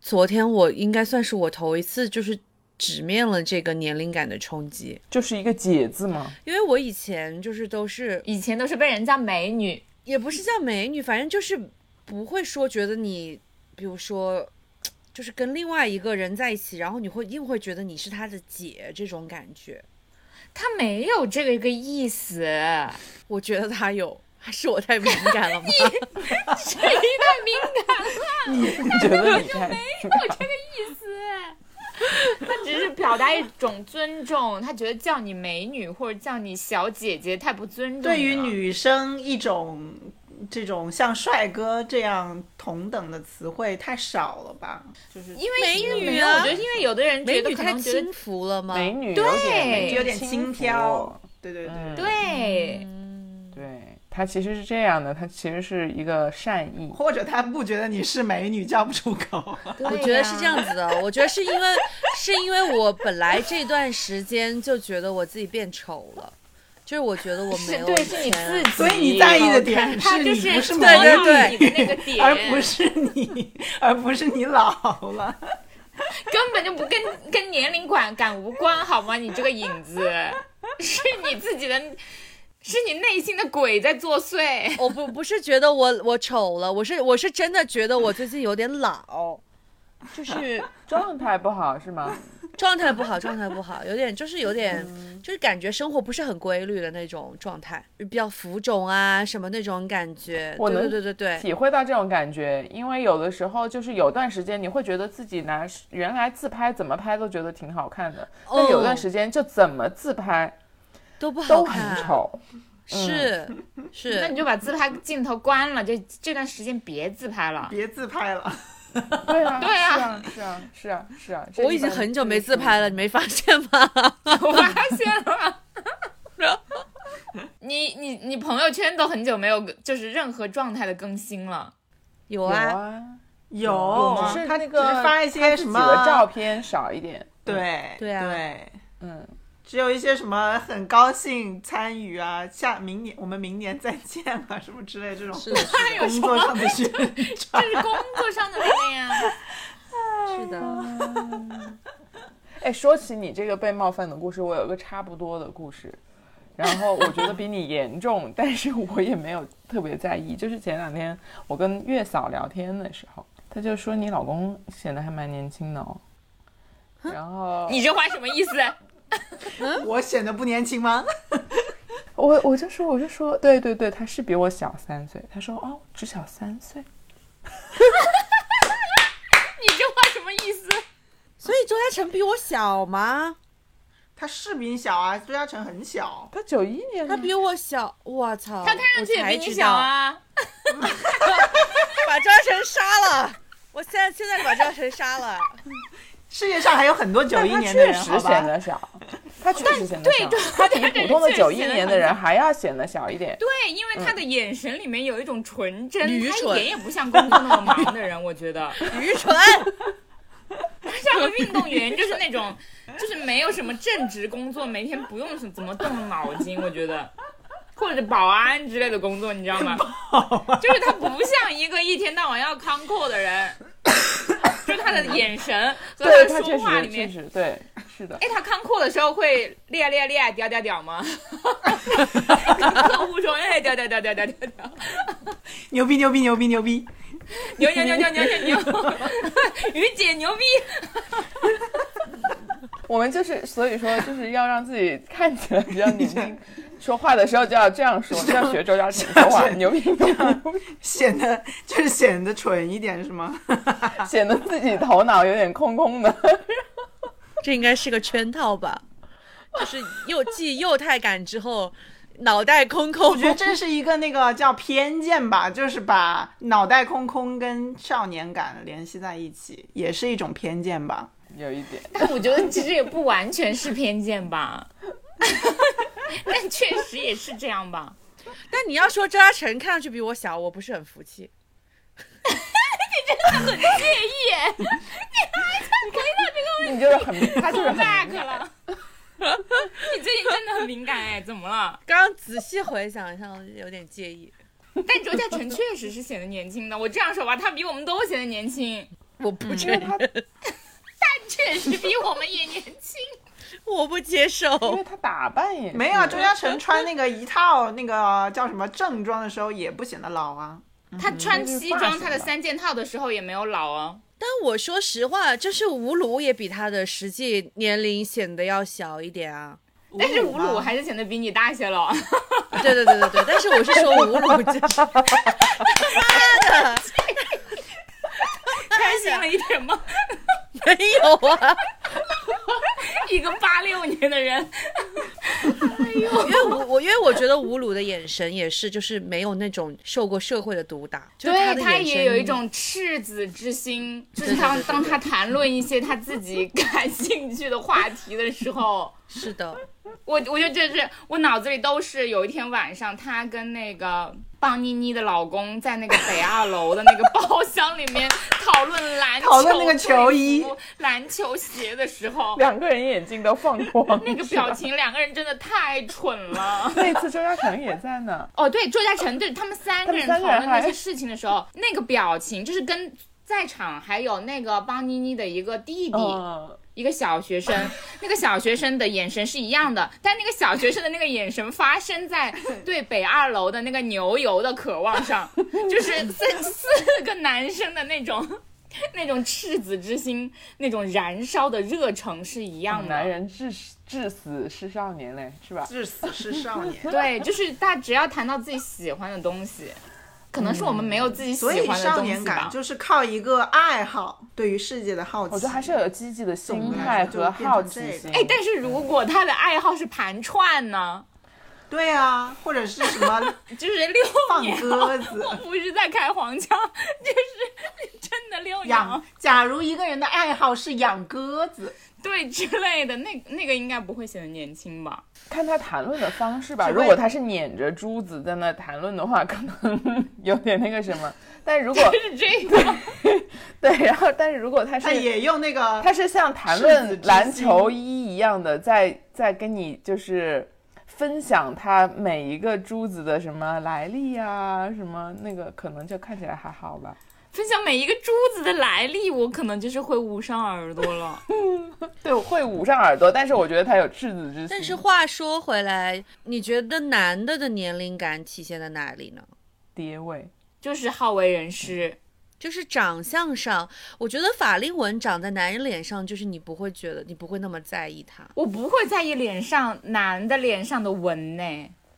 B: 昨天我应该算是我头一次就是直面了这个年龄感的冲击，
E: 就是一个解字嘛，
B: 因为我以前就是都是
A: 以前都是被人叫美女，
B: 也不是叫美女，反正就是不会说觉得你，比如说。就是跟另外一个人在一起，然后你会硬会觉得你是他的姐这种感觉，
A: 她没有这个个意思， 哎太
B: 我觉得他有，还是我太敏感 了吗？
A: 敏感了，
E: 你 觉得你 看，
A: 她只是表达一种尊重，她觉得叫你美女或者叫你小姐姐太不尊重。
D: 对于，女生一种这种像帅哥这样同等的词汇太少了吧？就是
A: 因为
B: 美
A: 因为
B: 女
A: 没有
B: 啊
A: 我觉得因为有的人
B: 美
A: 觉得
B: 女
A: 可
B: 太
A: 能觉得
B: 轻浮了吗？
E: 美女有
A: 对
E: 点
D: 有点轻佻
E: 浮，
D: 对对对，
E: 嗯，
A: 对，
E: 对，它其实是这样的，它其实是一个善意，
D: 或者他不觉得你是美女叫不出口，
A: 我
B: 我觉得是这样子的，我觉得是因为 是因为我本来这段时间就觉得我自己变丑了，就是我觉得我没
A: 是
B: 有
A: 对，
B: 以
A: 是你
B: 前
A: 自己，
D: 所以你在意的点
A: 她
D: 你
A: 就
D: 不是
A: 是
D: 美
B: 对
D: 女，
A: 你
B: 对
A: 的那个点，
D: 而不是你，而不是你老了。
A: 根本就不跟跟年龄感感无关，好吗？你这个影子，是你自己的，是你内心的鬼在作祟。
B: 我哦不不是觉得我我丑了，我是我是真的觉得我最近有点老，就是
E: 状态不好是吗？
B: 状态不好，状态不好，有点就是有点
A: 嗯
B: 就是感觉生活不是很规律的那种状态，比较浮肿啊什么那种感觉。
E: 我
B: 对对
E: 能
B: 对对对，
E: 体会到这种感觉，因为有的时候就是有段时间你会觉得自己拿原来自拍怎么拍都觉得挺好看的，但有段时间就怎么自拍
B: 都不哦好
E: 都很
B: 看，
E: 丑。
B: 是
A: 嗯那你
B: 是，
A: 就把自拍镜头关了，这这段时间别自拍了。
D: 别自拍了，
E: 对啊，
A: 对啊
E: 是啊，是啊，是啊，是啊。
B: 我已经很久没自拍了，你没发现吗？
A: 我发现了。 你你你朋友圈都很久没有就是任何状态的更新了，
B: 有
E: 有
B: 啊。
E: 啊，
D: 有
E: 只
D: 哦
E: 是
D: 他
E: 那
D: 只
E: 个
D: 是发一些什
E: 自己
D: 么
E: 的照，片少一点。
D: 对
B: 对啊
D: 对。
E: 嗯，
D: 只有一些什么很高兴参与啊，下明年我们明年再见啊， 什么之类这种
B: 是的，是的，
D: 工作上的宣
A: 这
D: 传。
A: 是工作上的那个呀。
B: 是的。
E: 哎，说起你这个被冒犯的故事，我有个差不多的故事，然后我觉得比你严重，但是我也没有特别在意。就是前两天我跟月嫂聊天的时候，她就说你老公显得还蛮年轻的哦，然 后
A: 你这话什么意思？
D: 我显得不年轻吗？
E: 我我就说我就说对对对，他是比我小三岁。她说哦，只小三岁。
A: 你这话什么意思？
B: 所以周嘉诚比我小吗？
D: 他是比你小啊，周嘉诚很小，
E: 她九一年的
B: 他，比我小，我操！
A: 他看上去也比你小啊。
B: 我才 知道！把周嘉诚杀了！我现在现在把周嘉诚杀了！
D: 世界上还有很多九
E: 但
D: 一
E: 她
D: 年的
E: 确
D: 人，好
E: 实显
D: 吧？
E: 得小，她确实显得小，
A: 对
E: 她比普通的
A: 对
E: 九
A: 对
E: 一
A: 显得
E: 年的
A: 很
E: 人还要显得小一点。
A: 对，因为他的眼神里面有一种纯真，
B: 愚
A: 他一
B: 蠢
A: 点也不像工作那么忙的人，我觉得
B: 愚蠢！
A: 他像个运动员，就是那种就是没有什么正职工作，每天不用怎么动脑筋，我觉得。或者保安之类的工作，你知道吗？就是他不像一个一天到晚要 c 扣的人，就他的眼神和
E: 对
A: 他
E: 她确
A: 说话里
E: 实确
A: 面，
E: 实对，是的。
A: 哎，他看库的时候会咧咧咧、屌屌屌吗？跟客户说，哎，屌屌屌屌屌屌屌，
D: 牛逼牛逼牛逼牛逼！
A: 牛牛牛牛牛牛牛，于姐牛逼！
E: 我们就是，所以说就是要让自己看起来比 较年轻，说话的时候就要这样说，就要学周嘉诚说 话，牛逼牛逼，牛逼
D: 显得就是显得蠢一点是吗？
E: 显得自己头脑有点空空的。
B: 这应该是个圈套吧？就是又继幼态感之后，脑袋空空
D: 我。觉得这是一个那个叫偏见吧，就是把脑袋空空跟少年感联系在一起，也是一种偏见吧。
E: 有一点，
A: 但我觉得其实也不完全是偏见吧，但确实也是这样吧。
B: 但你要说张嘉诚看上去比我小，我不是很服气。
E: 你就是很，他就是
A: back
E: 很，
A: 了。你最近真的很敏感哎，怎么了？
B: 刚刚仔细回想一下，有点介意。
A: 但周嘉诚确实是显得年轻的，我这样说吧，他比我们都显得年轻，
B: 我不承
E: 因为他
B: 认，
A: 确实比我们也年轻。
B: 我不接
E: 因
B: 受。
E: 为他打扮也
D: 没有，周嘉诚穿那个一套那个叫什么正装的时候，也不显得老啊。
A: 他穿西
E: 就是发
A: 装，
E: 型
A: 他的
E: 吧
A: 三件套的时候也没有老啊。
B: 但我说实话，就是吴鲁也比他的实际年龄显得要小一点啊。
A: 但是
D: 吴
A: 吴
D: 鲁
A: 鲁
D: 吗
A: 还是显得比你大些了。
B: 对对对对对，但是我是说吴鲁就是，妈的，
A: 开心了一点吗？
B: 没有啊，
A: 一个八六年的人，
B: 因为我我因为我觉得吴鲁的眼神也是，就是没有那种受过社会的毒打，就是
A: 对
B: 的
A: 他
B: 眼神
A: 也有一种赤子之心，就是当当他谈论一些他自己感兴趣的话题的时候。
B: 是的，
A: 我我就这是我脑子里都是有一天晚上，她跟那个棒妮妮的老公在那个北二楼的那个包厢里面讨论篮球、
D: 讨论那个球衣
A: 队服、篮球鞋的时候，
E: 两个人眼睛都放光。
A: 那个表情，两个人真的太蠢了。
E: 那次周嘉诚也在 呢，
A: 哦，对，周嘉诚对他们三个人
E: 他
A: 讨
E: 们三个人
A: 论那
E: 还
A: 些事情的时候，那个表情就是跟在场还有那个邦妮妮的一个弟弟，
E: 嗯，
A: 一个小学生， 那个小学生的眼神是一样的，但那个小学生的那个眼神发生 在对北二楼的那个牛油的渴望 上，就是四四个男生的那种。那种赤子之心，那种燃烧的热诚是一样的。
E: 男人至死至死是少年嘞，是吧？
D: 至死是少年。
A: 对，就是大家只要谈到自己喜欢的东西，可能是我们没有自己喜
D: 嗯所
A: 欢
D: 以
A: 的东西吧。
D: 少年感就是靠一个爱好，对于世界的好奇。
E: 我觉得还是要有积极的心态和好奇心。
A: 哎，但是
D: 嗯
A: 如果他的爱好是盘串呢，
D: 对啊，或者是什么
A: 就是六
D: 放
A: 年
D: 鸽子。
A: 不是在开黄腔，就是 真的遛
D: 养
A: 羊，
D: 假如一个人的爱好是养鸽子，
A: 对之类的，那那个应该不会显得年轻吧？
E: 看他谈论的方式吧。
D: 只为
E: 如果他是捻着珠子在那谈论的话，可能有点那个什么。但如果
A: 就是这个，
E: 对，然后但是如果他
D: 他
E: 是
D: 也用那个
E: 他是像谈
D: 赤子之
E: 论
D: 心
E: 篮球衣一样的，在在跟你就是分享他每一个珠子的什么来历啊，什么那个可能就看起来还好吧。
A: 分享每一个珠子的来历，我可能就是会捂上耳朵了。
E: 对，我会捂上耳朵，但是我觉得他有赤子之心。
B: 但是话说回来，你觉得男的的年龄感体现在哪里呢？
E: 爹味，
A: 就是好为人师，
B: 就是长相上，我觉得法令纹长在男人脸上，就是你不会觉得你不会那么在意他。
A: 我不会在意脸上男的脸上的纹呢，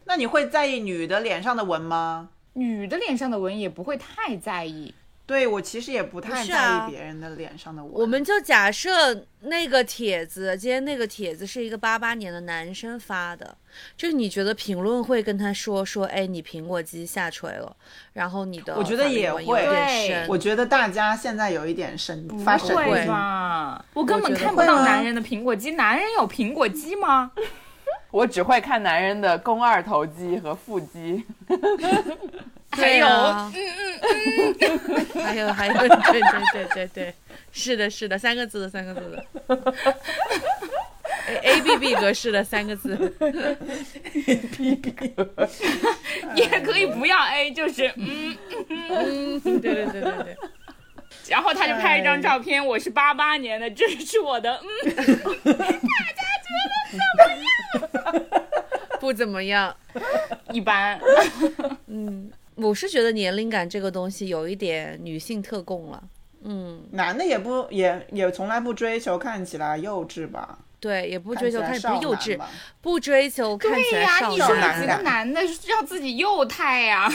D: 那你会在意女的脸上的纹吗？
A: 女的脸上的纹也不会太在意。
D: 对我其实也
B: 不
D: 不太
B: 是
D: 在
B: 啊
D: 意别人的脸上的纹。
B: 我们就假设那个帖子，今天那个帖子是一个八八年的男生发的，就是你觉得评论会跟他说说，哎，你苹果肌下垂了，然后你的
D: 我觉得
B: 法令
D: 也
B: 纹
D: 会
B: 有点
A: 对
B: 深，
D: 我觉得大家现在有一点神发神
A: 不会
D: 经，
A: 吧？我根本
B: 我觉得
A: 看不
D: 会
A: 到
D: 吗
A: 男人的苹果肌，男人有苹果肌吗？
E: 我只会看男人的肱二头肌和腹肌。
B: 对啊，嗯嗯嗯，还有还有，对对对对对，是的，是的，三个字的，三个字的，A A B B 格式的三个字，
A: 也可以不要 A，就是嗯。
B: 嗯，对对对对对，
A: 然后他就拍一张照片，我是八八年的，这是我的，嗯，
B: 不怎么样。
A: 一般。
B: 我是觉得年龄感这个东西有一点女性特供了，
D: 嗯男的也不也也从来不追求看起来幼稚吧，
B: 对，也不追求看，
D: 看
B: 不
D: 起来
B: 是幼
D: 少男
B: 稚
D: 吧，
B: 不追求看起
A: 对
B: 来
A: 呀、
B: 少
A: 你
D: 少
A: 说
D: 男
A: 你这个
B: 男，
D: 感
A: 男的要自己幼态呀、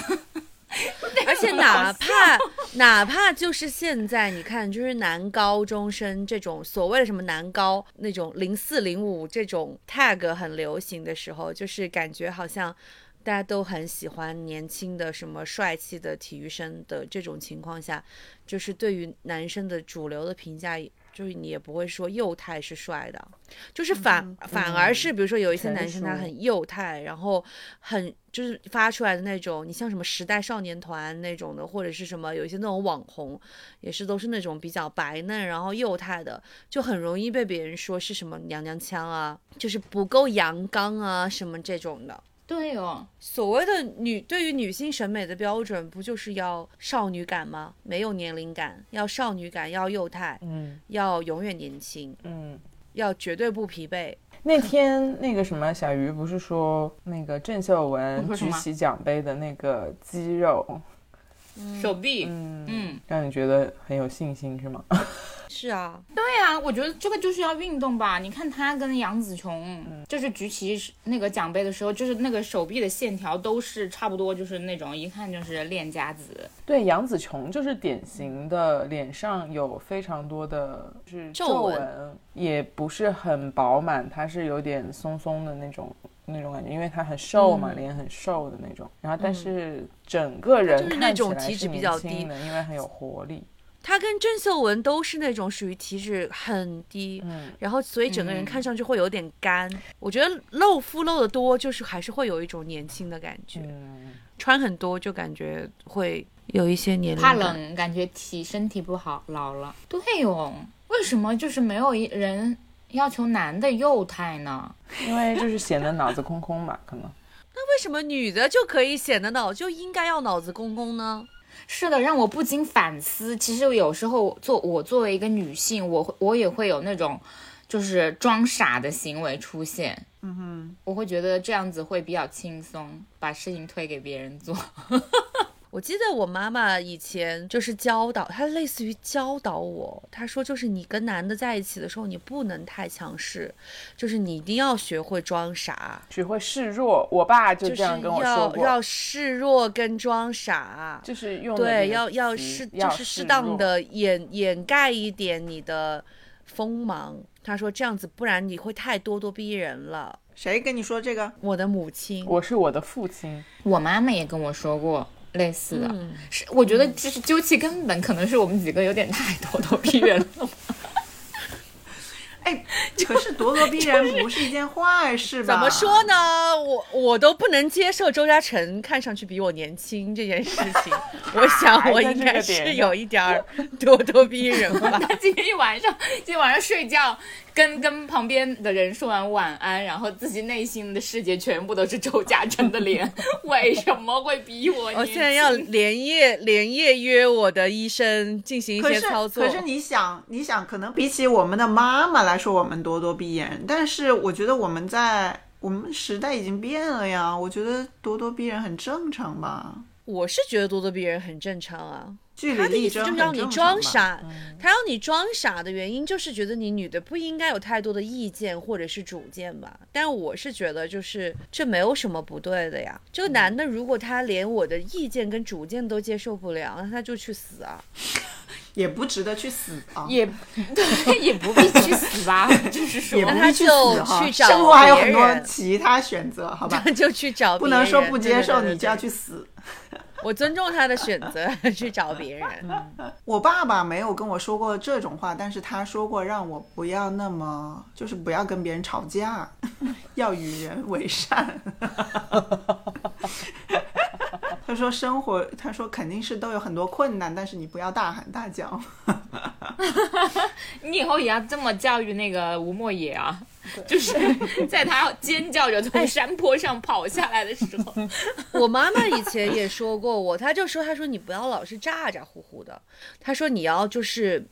B: 而且哪怕哪怕就是现在，你看，就是男高中生这种所谓的什么男高那种零四零五这种 tag 很流行的时候，就是感觉好像。大家都很喜欢年轻的、什么帅气的体育生的这种情况下，就是对于男生的主流的评价就是你也不会说幼态是帅的，啊就是反、反而是比如说有一些
E: 成
B: 男生他
E: 熟
B: 很幼态，然后很就是发出来的那种，你像什么时代少年团那种的，或者是什么有一些那种网红，也是都是那种比较白嫩然后幼态的，就很容易被别人说是什么娘娘腔啊，就是不够阳刚啊什么这种的。
A: 对哦，
B: 所谓的女对于女性审美的标准，不就是要少女感吗？没有年龄感，要少女感，要幼态，
E: 嗯
B: 要永远年轻，
E: 嗯。
B: 要绝对不疲惫。
E: 那天那个什么小鱼不是说那个郑秀
A: 你
E: 文
A: 说什
E: 举
A: 么
E: 起奖杯的那个肌肉，
B: 哦
A: 手臂，
E: 嗯，
A: 嗯，
E: 让你觉得很有信心是吗？
B: 是啊，
A: 对啊，我觉得这个就是要运动吧。你看他跟杨紫琼，就是举起那个奖杯的时候，就是那个手臂的线条都是差不多，就是那种一看就是练家子。
E: 对，杨紫琼就是典型的脸上有非常多的就是
B: 皱
E: 皱
B: 纹
E: 纹，也不是很饱满，她是有点松松的那种那种感觉，因为她很瘦嘛，脸很瘦的那种。然后但是整个人
B: 嗯就是那
E: 看起
B: 种
E: 来
B: 体
E: 是
B: 脂比
E: 年
B: 较
E: 轻
B: 低
E: 的，因为很有活 力。
B: 她跟郑秀文都是那种属于体脂很低，
E: 嗯，
B: 然后所以整个人看上去会有点干。我觉得露肤露的多，就是还是会有一种年轻的感觉，
E: 嗯，
B: 穿很多就感觉会有一些年龄
A: 怕
B: 感。
A: 冷，感觉体身体不好，老了。对哦，为什么就是没有一人要求男的幼态呢？
E: 因为就是显得脑子空空嘛，可能。
B: 为什么女的就可以显得脑就应该要脑子公公呢？
A: 是的，让我不禁反思。其实有时候做我作为一个女性，我会我也会有那种就是装傻的行为出现。
D: 嗯哼，
A: 我会觉得这样子会比较轻松，把事情推给别人做。
B: 我记得我妈妈以前就是教导，她类似于教导我，她说就是你跟男的在一起的时候，你不能太强势，就是你一定要学会装傻，
E: 只会示弱，我爸就
B: 就是
E: 这样跟我说
B: 要
E: 过，
B: 要示弱跟装傻，
E: 就是用的那
B: 对，
E: 个
B: 要要
E: 词
B: 适就
E: 要
B: 是适
E: 示
B: 当
E: 弱
B: 的掩掩盖一点你的锋芒。她说这样子，不然你会太咄咄逼人了。
D: 谁跟你说这个？
B: 我的母亲，
E: 我是我的父亲，
A: 我妈妈也跟我说过类似的，
B: 嗯
A: 是我觉得就是究其根本，可能是我们几个有点太 咄咄逼人了。
D: 哎，可是咄咄逼人不是一件坏事吧？
B: 怎么说？呢？我我都不能接受周嘉诚看上去比我年轻这件事情。我想我应该是有一点儿咄咄逼人 吧。
A: 他今天一晚上，今天晚上睡觉，跟跟旁边的人说完晚安，然后自己内心的世界全部都是周嘉诚的 脸，为什么会比我
B: 我
A: 年轻？
B: 现在 要连夜连夜约我的医生进行一
D: 可
B: 些
D: 是
B: 操作
D: 可。是你想，你想，可能比起我们的妈妈来说，我们咄咄逼人，但是我觉得我们在我们时代已经变了呀，我觉得咄咄逼人很正常吧。
B: 我是觉得咄咄逼人很正常啊。
D: 据理
B: 他的意
D: 力
B: 思
D: 争
B: 就是
D: 很
B: 让你
D: 正常嗯
B: 装
D: 吧。
B: 傻，他让你装傻的原因就是觉得你女的不应该有太多的意见或者是主见吧。但我是觉得就是这没有什么不对的呀。这个
D: 嗯
B: 男的如果他连我的意见跟主见都接受不了，那他就去死啊！
D: 也不值得去死啊。
A: 也对，也不必去死 吧，就是说
D: 也不
B: 那他
D: 必去死
B: 就
D: 哈
B: 去找
D: 生活还有
B: 别
D: 很多
B: 人
D: 其他选择，好吧？
B: 就去找
D: 不
B: 别
D: 能说
B: 人
D: 不
B: 对
D: 接
B: 对
D: 受，
B: 对
D: 你
B: 对
D: 就要
B: 对
D: 去死。
B: 我尊重他的选择， 去找别人。
D: 嗯我爸爸没有跟我说过这种话，但是他说过让我不要那么，就是不要跟别人吵架， 要与人 为善。他说生活，他说肯定是都有很多困难，但是你不要大喊大叫。
A: 你以后也要这么教育那个吴莫野啊，就是在他尖叫着从山坡上跑下来的时 候，
B: 我妈妈以前也说过我，她就说，她说你不要老是咋咋呼呼的，她说你要就是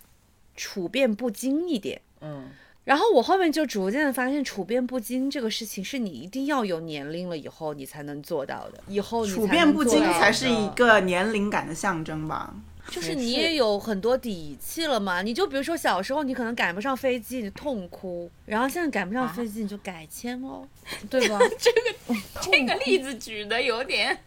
B: 处变不惊一点。
E: 嗯，
B: 然后我后面就逐渐的发现，处变不惊这个事情是你一定要有年龄了以后你才能做到的，以后你
D: 处
B: 才
D: 变
B: 能
D: 不
B: 做
D: 惊
B: 到
D: 才
B: 的
D: 是一个年龄感的象征吧。
B: 就是你也有很多底气了嘛。你就比如说小时候你可能赶不上飞机，你痛哭，然后现在赶不上飞机你就改签 喽，对吧？
A: 这个例子举的有点。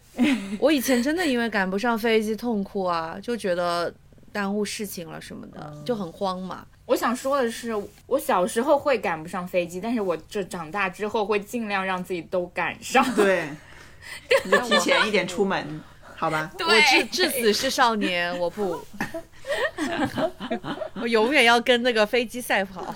B: 我以前真的因为赶不上飞机痛哭啊，就觉得耽误事情了什么的，
D: 嗯
B: 就很慌嘛。
A: 我想说的是，我小时候会赶不上飞机，但是我这长大之后会尽量让自己都赶上。
D: 对，你就提前一点出门，好吧？
A: 对，
B: 我至至死是少年，我不。 我永远要跟那个飞机赛跑。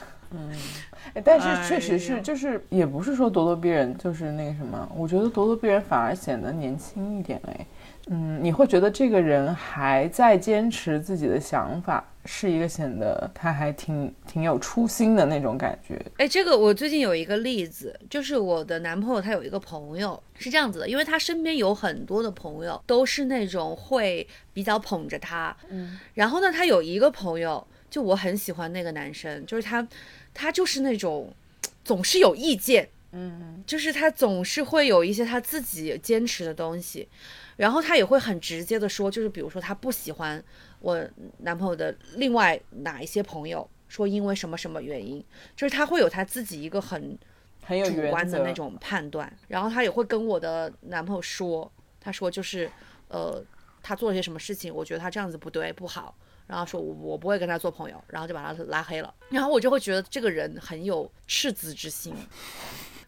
E: 哎但是确实
D: 哎
E: 是，
D: 呀
E: 就是也不是说咄咄逼人，就是那个什么，我觉得咄咄逼人反而显得年轻一点哎。嗯，你会觉得这个人还在坚持自己的想法，是一个显得他还挺挺有初心的那种感觉。
B: 哎，这个我最近有一个例子，就是我的男朋友他有一个朋友是这样子的，因为他身边有很多的朋友都是那种会比较捧着他，嗯，然后呢，他有一个朋友，就我很喜欢那个男生，就是他，他就是那种总是有意见，嗯，就是他总是会有一些他自己坚持的东西，然后他也会很直接的说，就是比如说他不喜欢我男朋友的另外哪一些朋友，说因为什么什么原因，就是他会有他自己一个很
E: 很有
B: 主
E: 原
B: 观
E: 则
B: 的那，种判断，然后他也会跟我的男朋友说，他说就是呃，他做了些什么事情，我觉得他这样子不对不好，然后说我我不会跟他做朋友，然后就把他拉黑了，然后我就会觉得这个人很有赤子之心。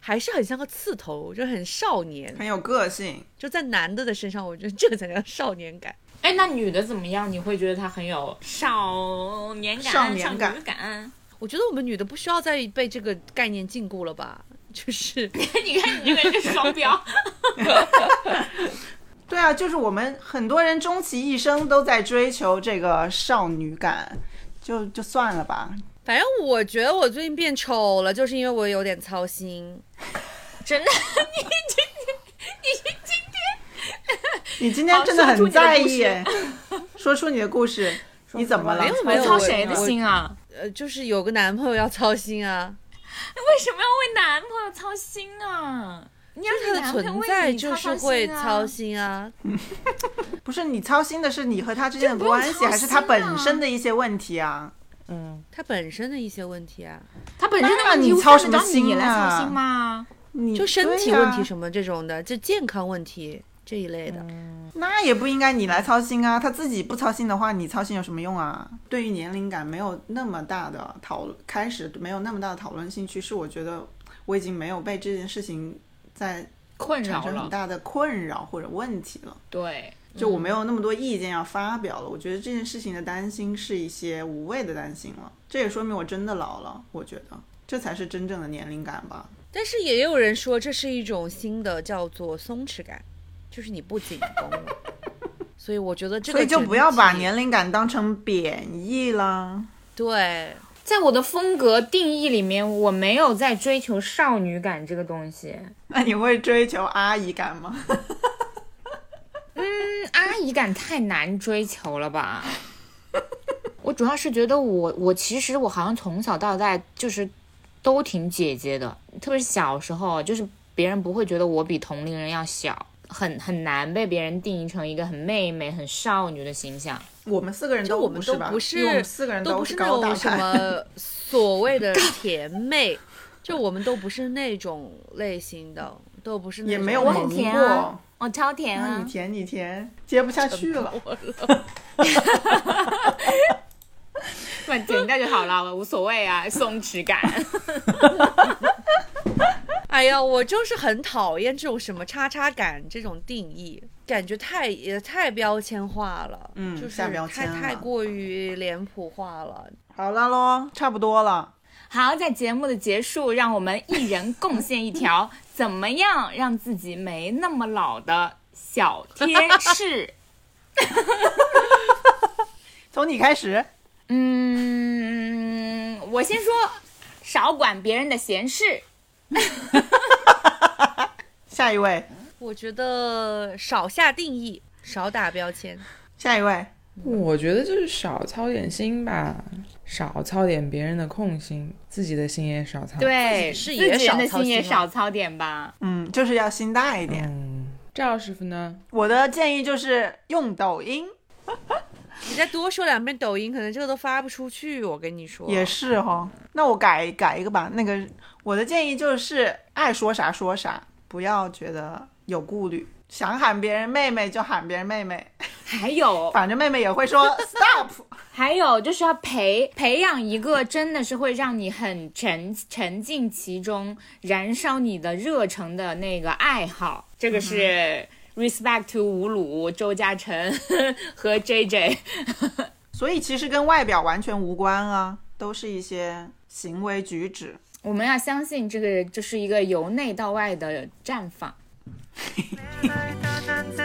B: 还是很像个刺头，就很少年，
D: 很有个性。
B: 就在男的的身上，我觉得这个才叫少年感。
F: 哎，那女的怎么样？你会觉得她很有少年感、
D: 少年感
F: 少女 感？
B: 我觉得我们女的不需要再被这个概念禁锢了吧？就是
F: 你看你这个是双 标。
D: 对啊，就是我们很多人终其一生都在追求这个少女感，就就算了吧。
B: 反正我觉得我最近变丑了，就是因为我有点操心。
F: 真的，你
D: 你今天真的很在意，说出你的故事，你怎么了？
E: 没有
B: 没有
F: 操
B: 我
F: 谁的
B: 我
F: 心啊？
B: 呃，就是有个男朋友要操心啊，
F: 为什么要为男朋友操心啊？ 你要
B: 他
F: 给
B: 的
F: 男朋友
B: 存
F: 为
B: 在
F: 你
B: 就
F: 操
B: 是
F: 操
B: 会
F: 心啊
B: 操。心啊。
D: 不是你操心的是你和他之间的
F: 这不用
D: 关系，
F: 操
D: 还是他
F: 心
D: 本
F: 啊
D: 身的一些问题啊？
E: 嗯，
B: 他本身的一些问题啊，
F: 他本身的
D: 那
F: 问题
D: 你
F: 会
D: 操
F: 轮
D: 什么
F: 到你
D: 心
F: 来
D: 啊
F: 操心吗？
D: 你
B: 就身体问题
D: 对啊
B: 什么这种的，就健康问题这一类的。
D: 嗯那也不应该你来操心啊，他自己不操心的话，你操心有什么用啊？对于年龄感没有那么大的讨论，开始没有那么大的讨论兴趣，是我觉得我已经没有被这件事情在
F: 困
D: 产
F: 扰
D: 生很
F: 了，
D: 大的困扰或者问题了。
F: 对，
B: 嗯
D: 就我没有那么多意见要发表了，我觉得这件事情的担心是一些无谓的担心了，这也说明我真的老了，我觉得这才是真正的年龄感吧。
B: 但是也有人说这是一种新的叫做松弛感，就是你不紧绷了。 所以我觉得这个
D: 所以就
B: 整
D: 不要把
B: 体
D: 年龄感当成贬义啦。
B: 对
A: 在我的风格定义里面，我没有在追求少女感这个东西。
D: 那你会追求阿姨感吗？
A: 嗯阿姨感太难追求了 吧？我主要是觉得我我其实我好像从小到大就是都挺姐姐的，特别是小时候，就是别人不会觉得我比同龄人要小，很很难被别人定义成一个很妹妹、很少女的形象。
D: 我们四个人
B: 就
D: 都
B: 我们
D: 哦是
B: 都
D: 吧？
B: 不是，
D: 因为我们四个人
B: 都不
D: 是
B: 那
D: 高大
B: 种什
D: 上。
B: 么 所谓的甜妹，就我们都不是那种类型的，都不是那种
D: 也没有
A: 我
D: 猛
A: 很
D: 过
A: 甜啊，我超甜
B: 嗯
D: 那你！甜你甜，接不下去了。
A: 我甜掉就好了， 我无所谓啊，松弛感。
B: 哎呀，我就是很讨厌这种什么叉叉感这种定义，感觉太也太标签化了，
D: 嗯
B: 就是
D: 下标
B: 太
D: 签了
B: 太过于脸谱化了。
D: 好了喽，差不多了。
A: 好，在节目的结束，让我们一人贡献一条，怎么样让自己没那么老的小贴士？
D: 从你开始，
A: 嗯，我先说，少管别人的闲事。
D: 下一位，
B: 我觉得少下定义，少打标签。
D: 下一位，
E: 我觉得就是少操点心吧，少操点别人的空心，自己的心也少操。
A: 对，
B: 啊自
A: 自己
B: 己是也
A: 人的
B: 少操
A: 心也
B: 心啊
A: 少操点吧。
D: 嗯，就是要心大一点。
E: 嗯，赵师傅呢？
D: 我的建议就是用抖音，
B: 你再多说两遍抖音，可能这个都发不出去。我跟你说，
D: 也是哈、那我改改一个吧。那个我的建议就是爱说啥说啥，不要觉得有顾虑。想喊别人妹妹就喊别人妹妹，
A: 还有，
D: 反正妹妹也会说 stop。
A: 还有就是要培培养一个真的是会让你很沉沉浸其中、燃烧你的热忱的那个爱好。这个
B: 嗯
A: 是 respect to 吴鲁、周嘉诚和 J J。
D: 所以其实跟外表完全无关啊，都是一些行为举止。
A: 我们要相信这个就是一个由内到外的绽放。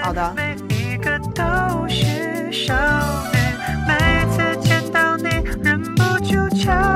D: 好的
C: 每一个都是少女，每次见到你忍不住敲